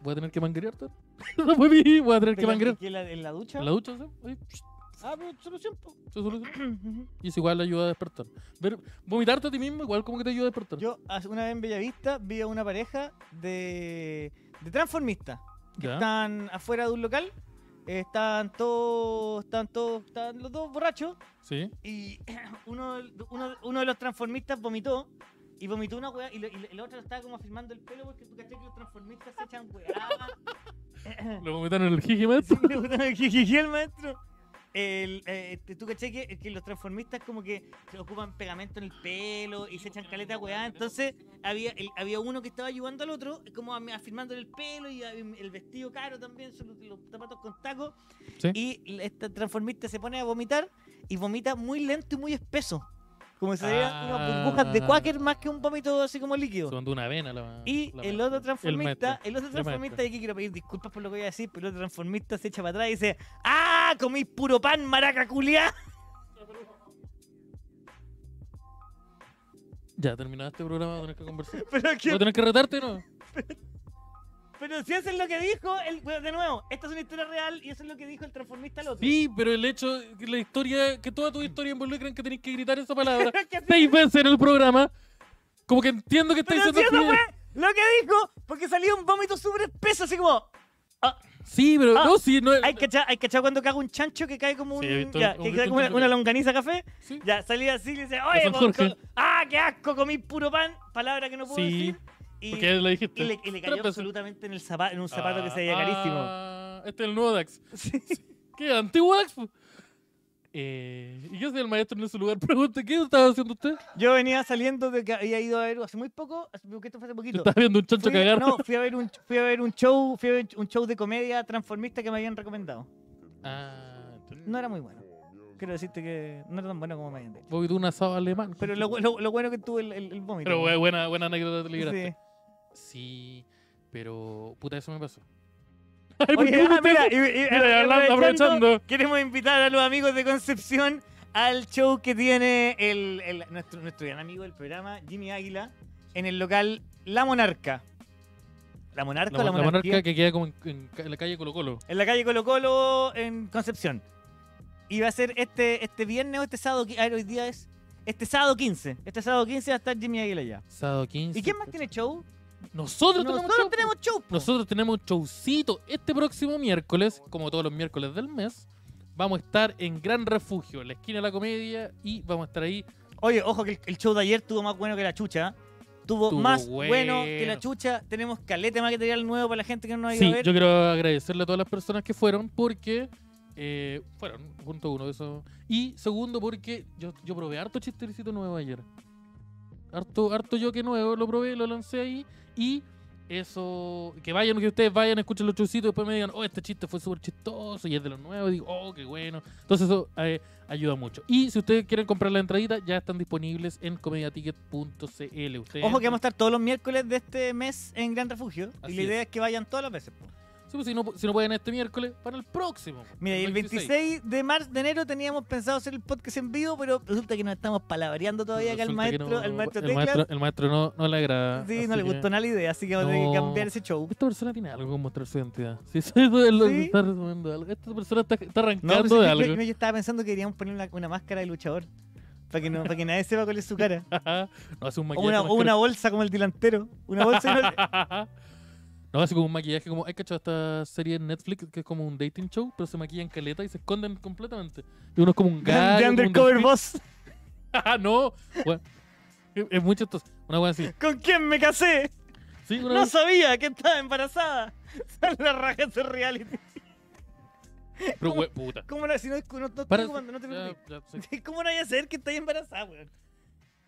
A: Voy a tener que manguerear todo. [laughs] No fue mi- voy a tener que
B: Pero
A: manguerear.
B: que la- ¿En la ducha?
A: En la ducha, ¿sí? Ahí, psh,
B: Ah, pero solución, po. [clears throat]
A: se solucionó. Y eso igual ayuda a despertar. Ver, vomitarte a ti mismo igual como que te ayuda a despertar.
B: Yo hace- una vez en Bellavista vi a una pareja de, de transformistas.
A: Ya.
B: Están afuera de un local, eh, están todos, están todos, están los dos borrachos
A: Sí.
B: y [clears throat] uno, del- uno, uno de los transformistas vomitó y vomitó una weá y, lo- y lo- el otro estaba como filmando el pelo porque tú caché que los transformistas se echan weá.
A: [laughs] Lo vomitaron en el jiji, maestro.
B: Sí, le [laughs] botaron el jijiji al maestro. El, eh, tú caché que, que los transformistas como que se ocupan pegamento en el pelo y se echan caleta weá. Entonces había, el- había uno que estaba ayudando al otro, como am- afirmándole el pelo y a- el vestido caro también, son los, los zapatos con tacos.
A: Sí.
B: Y esta transformista se pone a vomitar y vomita muy lento y muy espeso. Como si serían unas burbujas de
A: Ah.
B: cuáquer más que un vómito así como líquido.
A: Se mandó una vena la
B: Y
A: la
B: el
A: maestra.
B: otro transformista,
A: maestro.
B: el, otro
A: El maestro.
B: transformista, y aquí quiero pedir disculpas por lo que voy a decir, pero el otro transformista se echa para atrás y dice, ¡Ah! Comí puro pan, maraca culiá. [laughs]
A: Ya, terminado este programa, voy a tener que conversar.
B: Pero,
A: Voy a
B: que,
A: tener que retarte, ¿no?
B: pero si eso es lo que dijo, el, bueno, de nuevo, esta es una historia real y eso es lo que dijo el transformista al otro.
A: Sí, pero el hecho, que la historia, que toda tu historia involucra en que tenés que gritar esa
B: [laughs]
A: palabra
B: Pero, que-
A: seis veces en el programa, como que entiendo que
B: pero
A: estáis
B: si eso
A: diciendo...
B: fue lo que dijo, porque salió un vómito súper espeso, así como,
A: Sí, pero
B: Ah,
A: no, sí, no...
B: ¿hay cachado, hay cachado cuando caga un chancho que cae como un,
A: Sí, he visto-
B: ya,
A: he
B: que
A: visto
B: cae
A: un
B: como una,
A: chancho
B: una
A: que-
B: longaniza café?
A: sí.
B: Ya, salía así y le dice,
A: San
B: ¡Oye, con-
A: Jorge.
B: con- ah, qué asco, comí puro pan! Palabra que no puedo
A: Sí,
B: decir. Y-
A: Porque ya lo dijiste.
B: Y le, y le
A: tres Ah.
B: cayó
A: veces.
B: absolutamente en, el zapato, en un zapato que se veía carísimo.
A: Ah, este es el nuevo Dax.
B: [laughs] Sí.
A: ¿Qué? ¿Antiguo Dax? Eh, ¿Y qué hacía el maestro en su lugar? [laughs] Pregunta, ¿qué estaba haciendo usted?
B: Yo venía saliendo de que había ido a ver hace muy poco, hace- porque esto fue hace
A: Yo
B: poquito.
A: estaba viendo un chancho
B: Fui,
A: cagar.
B: no, fui a ver un fui a ver un show, fui a ver un show de comedia transformista que me habían recomendado.
A: Ah, entonces-
B: No era muy bueno. Quiero decirte que no era tan bueno como me habían dicho.
A: Vos y tú un asado alemán.
B: Pero lo, bu- lo- lo bueno que tuve el, el, el
A: [laughs]
B: vómito.
A: Pero bu- buena, buena anécdota te
B: Sí.
A: libraste. Sí. pero puta, eso me
B: [laughs]
A: pasó. Ay, ¿por
B: Oye,
A: qué
B: ah,
A: me
B: mira,
A: tengo-
B: y- y-
A: Mira, hablando, aprovechando.
B: Queremos invitar a los amigos de Concepción al show que tiene el, el- nuestro, nuestro gran amigo del programa, Jimmy Águila, en el local La Monarca. ¿La Monarca
A: La,
B: o la,
A: la
B: Monarquía?
A: monarca que queda como en, en ca- en la calle Colo Colo.
B: En la calle Colo Colo, en Concepción. Y va a ser este, este viernes o este sábado, qui- a ver, hoy día es este sábado 15. Este sábado 15 va a estar Jimmy Águila ya.
A: Sábado 15.
B: ¿Y quién más tiene show?
A: Nosotros, tenemos,
B: Nosotros
A: show,
B: tenemos show. po.
A: Nosotros tenemos un showcito este próximo miércoles, como todos los miércoles del mes. Vamos a estar en Gran Refugio, en la esquina de la comedia, y vamos a estar ahí.
B: Oye, ojo que el, el show de ayer estuvo más bueno que la chucha. Estuvo
A: Estuvo
B: más bueno.
A: bueno.
B: que la chucha. Tenemos caleta de material nuevo para la gente que no nos ha ido
A: Sí,
B: a ver.
A: yo quiero agradecerle a todas las personas que fueron porque eh, fueron, punto uno, eso. Y segundo, porque yo, yo probé harto chistericito nuevo ayer. Harto, harto yo que nuevo, lo probé, lo lancé ahí. Y eso, que vayan, que ustedes vayan, escuchen los chusitos y después me digan, oh, este chiste fue súper chistoso y es de los nuevos. Y digo, oh, qué bueno. Entonces eso eh, ayuda mucho. Y si ustedes quieren comprar la entradita, ya están disponibles en comediaticket.cl. Ustedes
B: Ojo que
A: entran-
B: vamos a estar todos los miércoles de este mes en Gran Refugio.
A: Así
B: y la idea
A: es.
B: es. que vayan todas las veces. po.
A: Sí, pues, si, no, si no pueden este miércoles, para el próximo.
B: Mira, y el 26 de marzo de enero teníamos pensado hacer el podcast en vivo, pero resulta que nos estamos palabreando todavía que al
A: Resulta que
B: maestro,
A: no-
B: al maestro
A: el
B: Teclas.
A: maestro, el maestro no, no le agrada.
B: sí, no
A: así
B: le
A: que-
B: gustó nada la idea, así que vamos a tener
A: No.
B: que cambiar ese show.
A: Esta persona tiene algo con mostrar su identidad. [laughs] Sí, eso es lo que
B: Sí.
A: está resumiendo algo. Esta persona está, está
B: No,
A: arrancando
B: pues, yo-
A: de
B: yo,
A: algo.
B: yo estaba pensando que queríamos poner una, una máscara de luchador. Para que, no, para que nadie sepa cuál es su cara.
A: [laughs] no hace un
B: O
A: maquillaje.
B: una, o
A: más
B: una bolsa como el delantero. Una bolsa.
A: [laughs]
B: y una-
A: caro. no hace como un maquillaje como. ¿Hay cachado esta serie en Netflix que es como un dating show? Pero se maquillan caleta y se esconden completamente. Y uno es como un gallo.
B: de
A: como un
B: Undercover
A: delfín.
B: Boss.
A: [laughs] no. Bueno, es, es muy chistoso. Una wea así.
B: ¿Con quién me casé?
A: Sí, una
B: No sabía que estaba embarazada. [laughs] Son las rajas de reality.
A: Pero, we- puta.
B: ¿Cómo no? Si no, no, no, te
A: Para- Ah.
B: preocupes, no te
A: ya,
B: preocupes.
A: ya, sí.
B: [laughs] ¿Cómo no voy a saber que estás embarazada, weón?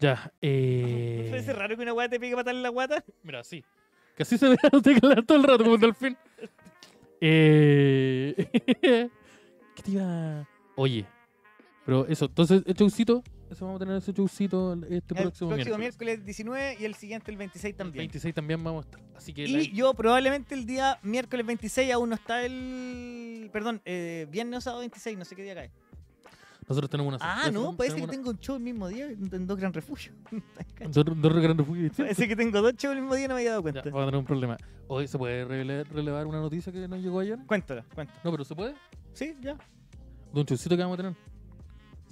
A: Ya,
B: ¿No te parece
A: eh.
B: raro que una weá te pique patar en la guata?
A: Mira, sí. Que así se ve [laughs] a teclar todo el rato como un delfín. Eh... [laughs] ¿Qué te iba? Oye. Pero eso, entonces, el showcito. Eso vamos a tener ese showcito este
B: El
A: próximo, miércoles.
B: próximo miércoles 19 y el siguiente el 26 también.
A: 26 también vamos a estar. Así que.
B: Y yo probablemente el día miércoles 26 aún no está el... Perdón, eh, viernes o sábado 26, no sé qué día cae.
A: la- nosotros tenemos una. sorpresa,
B: Ah, no,
A: tenemos
B: parece que
A: una-
B: tengo un show el mismo día en en dos gran refugios.
A: Nosotros dos grandes fuegos distintos.
B: parece que tengo dos shows el mismo día no me había dado
A: pues. Ya,
B: cuenta.
A: vamos a tener un problema. Hoy se puede rele- relevar una noticia que nos llegó ayer.
B: Cuéntala, cuéntala.
A: No, pero se puede.
B: Sí, ya.
A: De un showcito que vamos a tener. [laughs]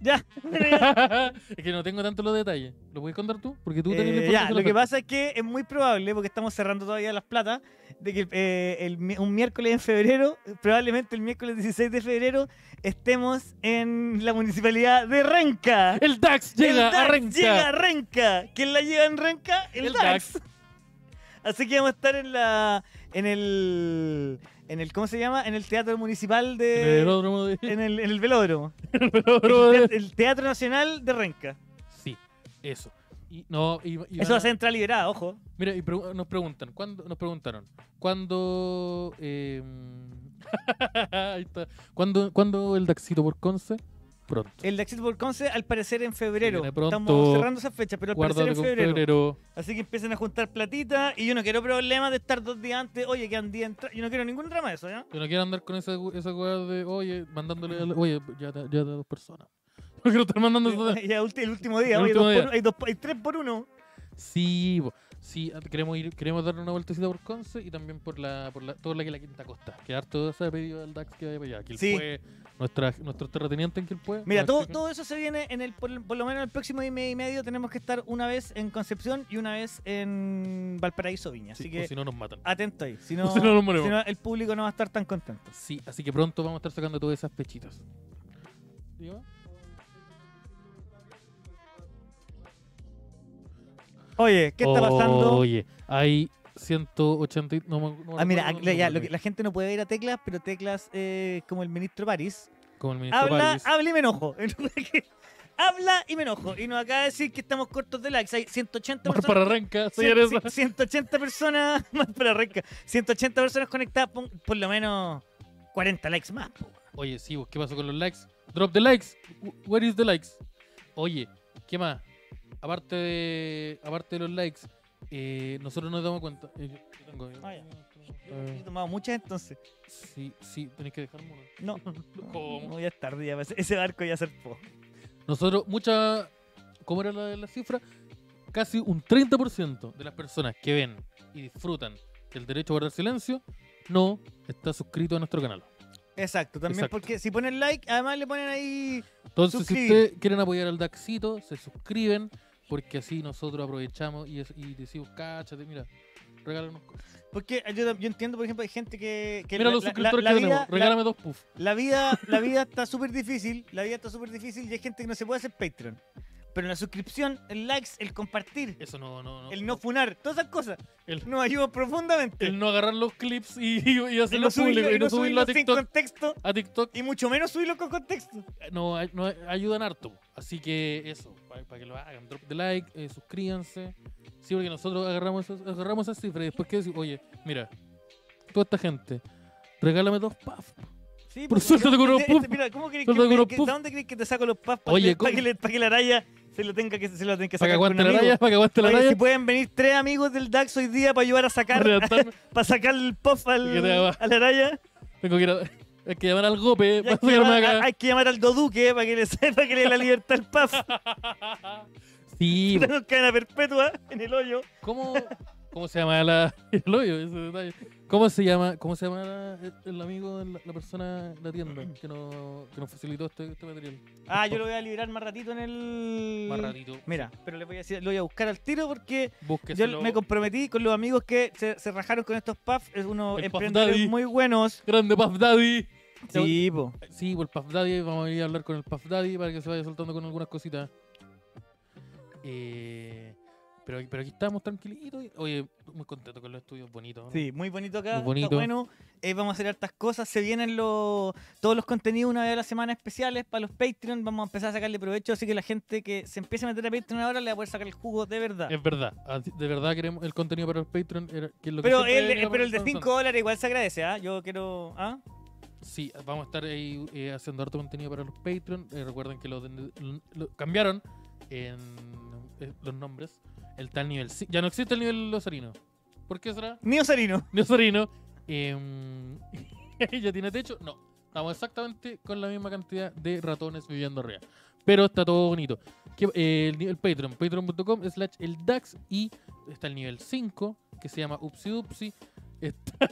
B: Ya.
A: es que no tengo tanto los detalles. ¿Lo puedes contar tú? Porque tú tenés la
B: Eh, ya,
A: información
B: lo que
A: acá.
B: pasa es que es muy probable, porque estamos cerrando todavía las platas, de que eh, el mi- un miércoles en febrero, probablemente el miércoles 16 de febrero, estemos en la municipalidad de Renca.
A: El DAX [laughs] llega,
B: El DAX
A: a Renca.
B: Llega a Renca. ¿Quién la lleva en Renca? El,
A: El
B: DAX.
A: DAX.
B: Así que vamos a estar en la. en el. en el. ¿Cómo se llama? En el Teatro Municipal
A: En
B: de.
A: el aeródromo de- [laughs]
B: en el, en el velódromo.
A: aeródromo
B: el,
A: de-
B: te- el Teatro Nacional de Renca.
A: Sí, eso. Y, no, y, y
B: Eso va a
A: van a-
B: ser entrada liberada, ojo.
A: Mira, y pregu- nos preguntan, ¿cuándo, nos preguntaron, ¿cuándo, eh, [laughs] ahí está. ¿Cuándo, cuándo el Daxito por Conce? Pronto.
B: El de Exit por Conce, al parecer en febrero.
A: viene pronto.
B: Estamos cerrando esa fecha, pero al
A: Guárdalo
B: parecer
A: con
B: en febrero.
A: febrero.
B: Así que empiecen a juntar platita. Y yo no quiero problemas de estar dos días antes. Oye, quedan día entra. Yo no quiero ningún drama de eso, ¿ya?
A: Yo no quiero andar con esa, esa weá de, oye, mandándole, al- oye, ya, te- ya te dos personas. [laughs] No quiero estar mandando eso.
B: Y el ulti- el último día,
A: El
B: oye,
A: último
B: dos
A: día.
B: por- hay, dos- hay tres por uno.
A: Sí, po. sí, a- queremos ir, queremos darle una vueltecita por Conce y también por la, por la, toda la, la Quinta Costa. Quedar todo ese pedido del DAX que vaya para allá.
B: Sí.
A: Quilpue, nuestra, nuestro terrateniente en Quilpue.
B: Mira,
A: nuestro-
B: todo, todo eso se viene en el, por, por lo menos el próximo día y medio- y medio. Tenemos que estar una vez en Concepción y una vez en Valparaíso Viña.
A: Sí,
B: Así
A: o
B: que
A: si no nos matan.
B: atento ahí. Si no,
A: [laughs] si no nos morimos.
B: si no, el público no va a estar tan contento.
A: Sí, así que pronto vamos a estar sacando todas esas pechitas. ¿Digo?
B: Oye, ¿qué está
A: Oh.
B: pasando?
A: Oye, hay 180. y- No, me- no, me
B: Ah, mira,
A: acuerdo,
B: ac- la,
A: no
B: ya,
A: me
B: lo que-
A: acuerdo.
B: la gente no puede ir a Teclas, pero Teclas, eh, como el ministro París,
A: Como el ministro
B: habla,
A: París.
B: habla y me enojo. [laughs] habla y me enojo. Y nos acaba de decir que estamos cortos de likes. Hay 180
A: Mar
B: personas. [laughs]
A: para arranca,
B: Cien-
A: señores.
B: cien- 180 personas [laughs] más para Renca. 180 personas conectadas, pon- por, lo menos 40 likes más. po.
A: Oye, sí, vos, ¿qué pasó con los likes? Drop the likes. Wh- Where is the likes? Oye, ¿qué más? Aparte de, aparte de los likes, eh, nosotros nos damos cuenta. eh, yo- yo tengo-
B: Ah, ya. Yo, yo he
A: Eh,
B: tomado muchas entonces.
A: sí, sí, tenéis que dejarme uno.
B: No,
A: [laughs] ¿Cómo?
B: no ya es tarde. ya parece- ese barco ya zarpó.
A: Nosotros, mucha. ¿Cómo era la, la cifra? Casi un 30% de las personas que ven y disfrutan del derecho a guardar silencio no está suscrito a nuestro canal.
B: Exacto, también
A: Exacto.
B: porque si ponen like, además le ponen ahí.
A: Entonces,
B: Suscribir.
A: si ustedes quieren apoyar al Daxito, se suscriben, porque así nosotros aprovechamos y, es- y decimos, cáchate, mira, regálanos cosas.
B: Porque yo, yo entiendo, por ejemplo, hay gente que. que
A: Mira
B: la-
A: los
B: la-
A: suscriptores
B: la-
A: que
B: la
A: tenemos,
B: vida- la-
A: regálame dos puff. [laughs]
B: La vida, la vida está súper difícil, la vida está súper difícil y hay gente que no se puede hacer Patreon. Pero la suscripción, el likes, el compartir,
A: Eso no, no, no.
B: el no funar, todas esas cosas
A: el-
B: nos ayudan profundamente.
A: el no agarrar los clips y, y- y
B: Y
A: hacerlo
B: no subirlo-
A: público
B: y
A: y no
B: no
A: subirlo a
B: subirlo sin
A: TikTok.
B: contexto
A: A TikTok
B: y mucho menos subirlo con contexto.
A: eh, no, ay- no, ayudan harto. Así que eso, para que lo hagan. Drop the like, eh, suscríbanse. Sí, porque nosotros agarramos, esas- agarramos esas cifras y después que decir, oye, mira, toda esta gente, regálame dos puffs.
B: Sí,
A: Por
B: pues,
A: suerte
B: yo-
A: con unos
B: este-
A: puff.
B: este- mira, ¿cómo crees que,
A: Suerte con
B: me-
A: unos
B: que-
A: puff.
B: ¿de dónde crees que te saco los puffs para,
A: Oye,
B: que, le- para
A: ¿cómo?
B: que le- para que la raya se lo tenga que, se lo tenga que
A: Para que
B: sacar con
A: aguante
B: un
A: la
B: amigo?
A: raya, para que aguante la
B: Oye, si
A: raya.
B: pueden venir tres amigos del DAX hoy día para ayudar a
A: para
B: sacar,
A: redactarme.
B: para sacar el puff
A: Que te
B: al,
A: haga-
B: a
A: [laughs]
B: la raya.
A: Tengo que ir a, hay que llamar al gope
B: Y Hay
A: para
B: que, llamar,
A: sacarme acá.
B: a- hay que llamar al Doduque para que le [laughs] para que le dé la libertad al puff.
A: Sí,
B: [laughs] Tenemos cadena perpetua en el hoyo.
A: ¿Cómo, cómo se llama la, [laughs] el hoyo? Ese detalle. ¿Cómo se llama, cómo se llama la- el, el amigo, la, la persona en la tienda que, no, que nos facilitó este, este material?
B: Ah, yo lo voy a liberar más ratito en el.
A: Más ratito.
B: Mira, pero le voy a decir, lo voy a buscar al tiro porque
A: Búsqueselo.
B: yo me comprometí con los amigos que se, se rajaron con estos puffs, es unos
A: El Puff
B: emprendedores
A: Daddy.
B: muy buenos.
A: Grande Puff Daddy.
B: Sí, po.
A: Sí, por el Puff Daddy. Vamos a ir a hablar con el Puff Daddy para que se vaya soltando con algunas cositas. Eh, pero, pero aquí estamos tranquilitos. y- Oye, muy contento con los estudios bonitos. ¿no?
B: Sí, muy bonito acá.
A: Muy bonito.
B: Está bueno. Eh, vamos a hacer hartas cosas. Se vienen los todos los contenidos una vez a la semana especiales para los Patreon. Vamos a empezar a sacarle provecho. Así que la gente que se empiece a meter a Patreon ahora le va a poder sacar el jugo de verdad.
A: Es verdad, Ah, de verdad queremos el contenido para el Patreon. era- que es lo que
B: pero,
A: siempre
B: el,
A: veníamos
B: pero el de 5
A: pensando.
B: dólares igual se agradece. ¿ah? Yo quiero. ¿ah?
A: Sí, vamos a estar ahí eh, haciendo harto contenido para los Patreon. Eh, recuerden que lo, lo- lo- cambiaron en, eh, los nombres. El tal nivel. ci- Ya no existe el nivel Lozarino. ¿Por qué será? [laughs]
B: Nio Sarino.
A: Lozarino. em, [laughs] ¿Ya tiene techo? No. Estamos exactamente con la misma cantidad de ratones viviendo arriba. Pero está todo bonito. Que, eh, el, ni- el Patreon, patreon.com slash el DAX y está el nivel 5 que se llama Upsi Upsi.
B: [laughs]
A: Está...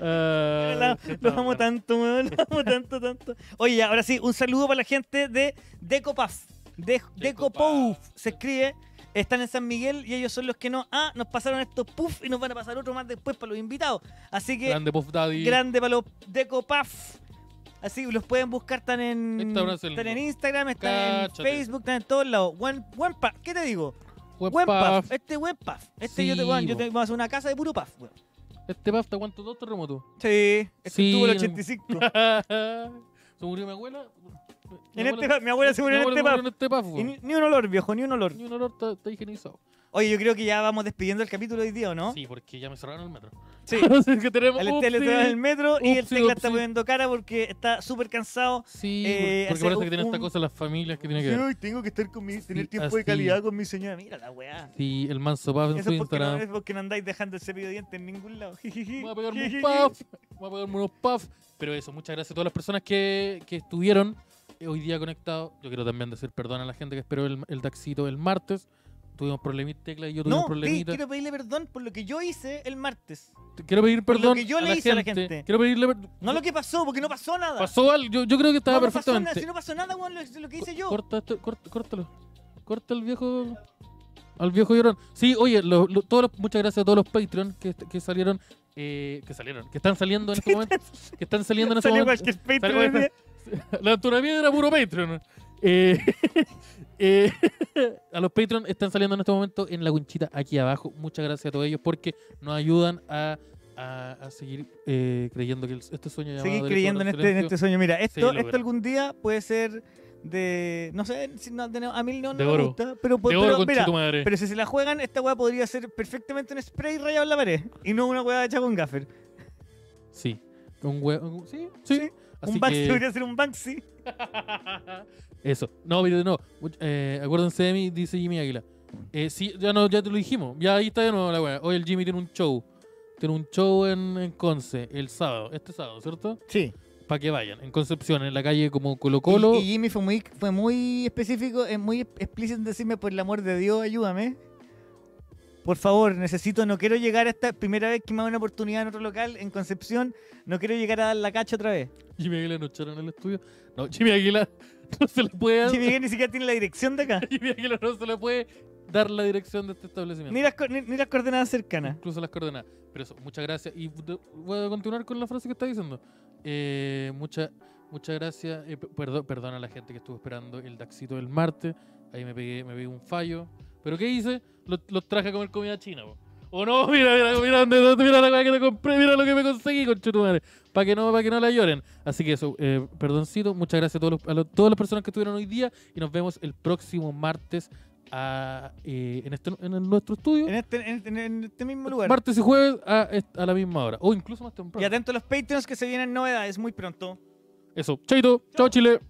A: Ah,
B: La-
A: está
B: Los amo
A: bueno.
B: tanto, weón. Los amo tanto, tanto. Oye, ya, ahora sí, un saludo para la gente de Decopaf. De, Decopuf se escribe. Están en San Miguel y ellos son los que no. Ah, nos pasaron estos puff y nos van a pasar otro más después para los invitados. Así que
A: Grande Puff Daddy.
B: grande para los Decopaf. Así los pueden buscar, están en,
A: Instagram,
B: están en Instagram, están
A: Cáchate.
B: en Facebook, están en todos lados. Buen, buen puff. ¿Qué te digo?
A: Buen
B: Buen puff.
A: puff.
B: Este buen puff. Este
A: Sí,
B: yo te weón, yo
A: bo.
B: te voy a hacer una casa de puro puff, weón.
A: Este puff te aguantó dos terremotos. [laughs]
B: Sí, este
A: Sí,
B: estuvo el
A: no.
B: 85.
A: se murió mi abuela. Mi
B: En este
A: abuela-
B: puff, mi abuela [laughs] se murió en
A: mi
B: este
A: abuela
B: puff.
A: murió en este puff,
B: Y
A: weón.
B: ni, ni un olor, viejo, ni un olor.
A: Ni un olor está está higienizado.
B: Oye, yo creo que ya vamos despidiendo el capítulo hoy día, ¿o no?
A: Sí, porque ya me cerraron el
B: [laughs]
A: metro. [laughs]
B: Sí.
A: Así es que tenemos.
B: Al este Esteban le trae el metro y el
A: Upsi,
B: tecla está
A: upsi.
B: poniendo cara porque está súper cansado.
A: Sí,
B: Eh,
A: porque
B: hace
A: parece
B: un-
A: que tiene esta
B: un-
A: cosa las familias que tiene que ver.
B: Ay, tengo que estar con mi, tener
A: Sí,
B: tiempo de
A: así.
B: calidad con mi señora. Mira la weá.
A: Sí, el manso puff en
B: Eso
A: su
B: es porque, no,
A: Instagram.
B: es porque no andáis dejando el cepillo de dientes en ningún lado. [laughs]
A: Voy a pegarme un puff. Voy a pegarme unos puff. Pero eso, muchas gracias a todas las personas que, que estuvieron eh, hoy día conectados. Yo quiero también decir perdón a la gente que esperó el, el taxito el martes. Tuvimos problemita, Tecla y yo tuvimos
B: No, sí,
A: problemita.
B: quiero pedirle perdón por lo que yo hice el martes.
A: Te- Quiero pedir
B: por lo
A: perdón.
B: que yo
A: a
B: le
A: la
B: hice a la
A: gente.
B: gente.
A: Quiero pedirle per-
B: No lo que pasó, porque no pasó nada.
A: Pasó algo. Yo, yo creo que estaba
B: No, no pasó nada,
A: perfectamente.
B: si no pasó nada, weón, lo, lo que hice yo.
A: Corta esto, corta, córtalo. Corta al viejo. Al viejo llorón. Sí, oye, lo- lo- todos los- muchas gracias a todos los Patreon que, est- que salieron. eh, que salieron, que están saliendo en este
B: [laughs]
A: momento. Que están saliendo en este
B: Salió
A: momento.
B: cualquier Patreon
A: Salió
B: hoy día.
A: La autonomía era puro Patreon. Eh, [laughs] eh, [laughs] a los Patreon están saliendo en este momento en la conchita aquí abajo. Muchas gracias a todos ellos porque nos ayudan a, a- a seguir eh, creyendo que el- este sueño llamado
B: Seguir
A: Derecho
B: creyendo en
A: al
B: este, en
A: Silencio
B: este sueño. Mira, esto,
A: logra.
B: esto algún día puede ser de. No sé, si no- de no- a mí no, no
A: De
B: me
A: oro.
B: gusta. Pero, po-
A: de oro,
B: pero,
A: concha
B: mira,
A: tu madre.
B: pero si se la juegan, esta weá podría ser perfectamente un spray rayado en la pared. Y no una weá hecha con gaffer.
A: Sí. Un huevo. Sí, sí.
B: Sí,
A: Así
B: un Banksy
A: que-
B: podría ser un Banksy.
A: [laughs] Eso. No, pero no. Much- eh, acuérdense de mí, dice Jimmy Águila. Eh, sí, ya, no, ya te lo dijimos. Ya ahí está de nuevo la weá. Hoy el Jimmy tiene un show. Tiene un show en, en Conce el sábado. Este sábado, ¿cierto?
B: Sí.
A: Para que vayan. En Concepción, en la calle como Colo
B: Y,
A: Colo.
B: y Jimmy fue muy, fue muy específico, es muy explícito en decirme, por el amor de Dios, ayúdame. Por favor, necesito, no quiero llegar a esta primera vez que me da una oportunidad en otro local, en Concepción, no quiero llegar a dar la cacha otra vez.
A: Jimmy Águila no echaron en el estudio. No, Jimmy Águila [laughs] no se le puede.
B: Si Miguel ni siquiera tiene la dirección de acá.
A: [laughs] Jimmy Águila no se le puede dar la dirección de este establecimiento.
B: Ni las, co- ni, ni las coordenadas cercanas.
A: Incluso las coordenadas. Pero eso, muchas gracias. Y de- voy a continuar con la frase que está diciendo. Eh, mucha- Muchas gracias. Eh, p- perdo- perdona a la gente que estuvo esperando el Daxito del martes. Ahí me pegué, me pegué un fallo. ¿Pero qué hice? Los los traje a comer comida china, po. O no, [laughs] mira, mira, mira, dónde- dónde- mira la weá que te compré, mira lo que me conseguí, conchetumare. Para que no, para que no la lloren. Así que eso, eh, perdoncito, muchas gracias a, todos los- a los- todas las personas que estuvieron hoy día y nos vemos el próximo martes a, eh, en, este- en el- nuestro estudio.
B: En este, en- en- en este mismo lugar.
A: Martes y jueves a, est- a la misma hora. O incluso más
B: Y
A: temprano.
B: atento a los Patreons que se vienen novedades muy pronto.
A: Eso. Chaito. Chao, Chile.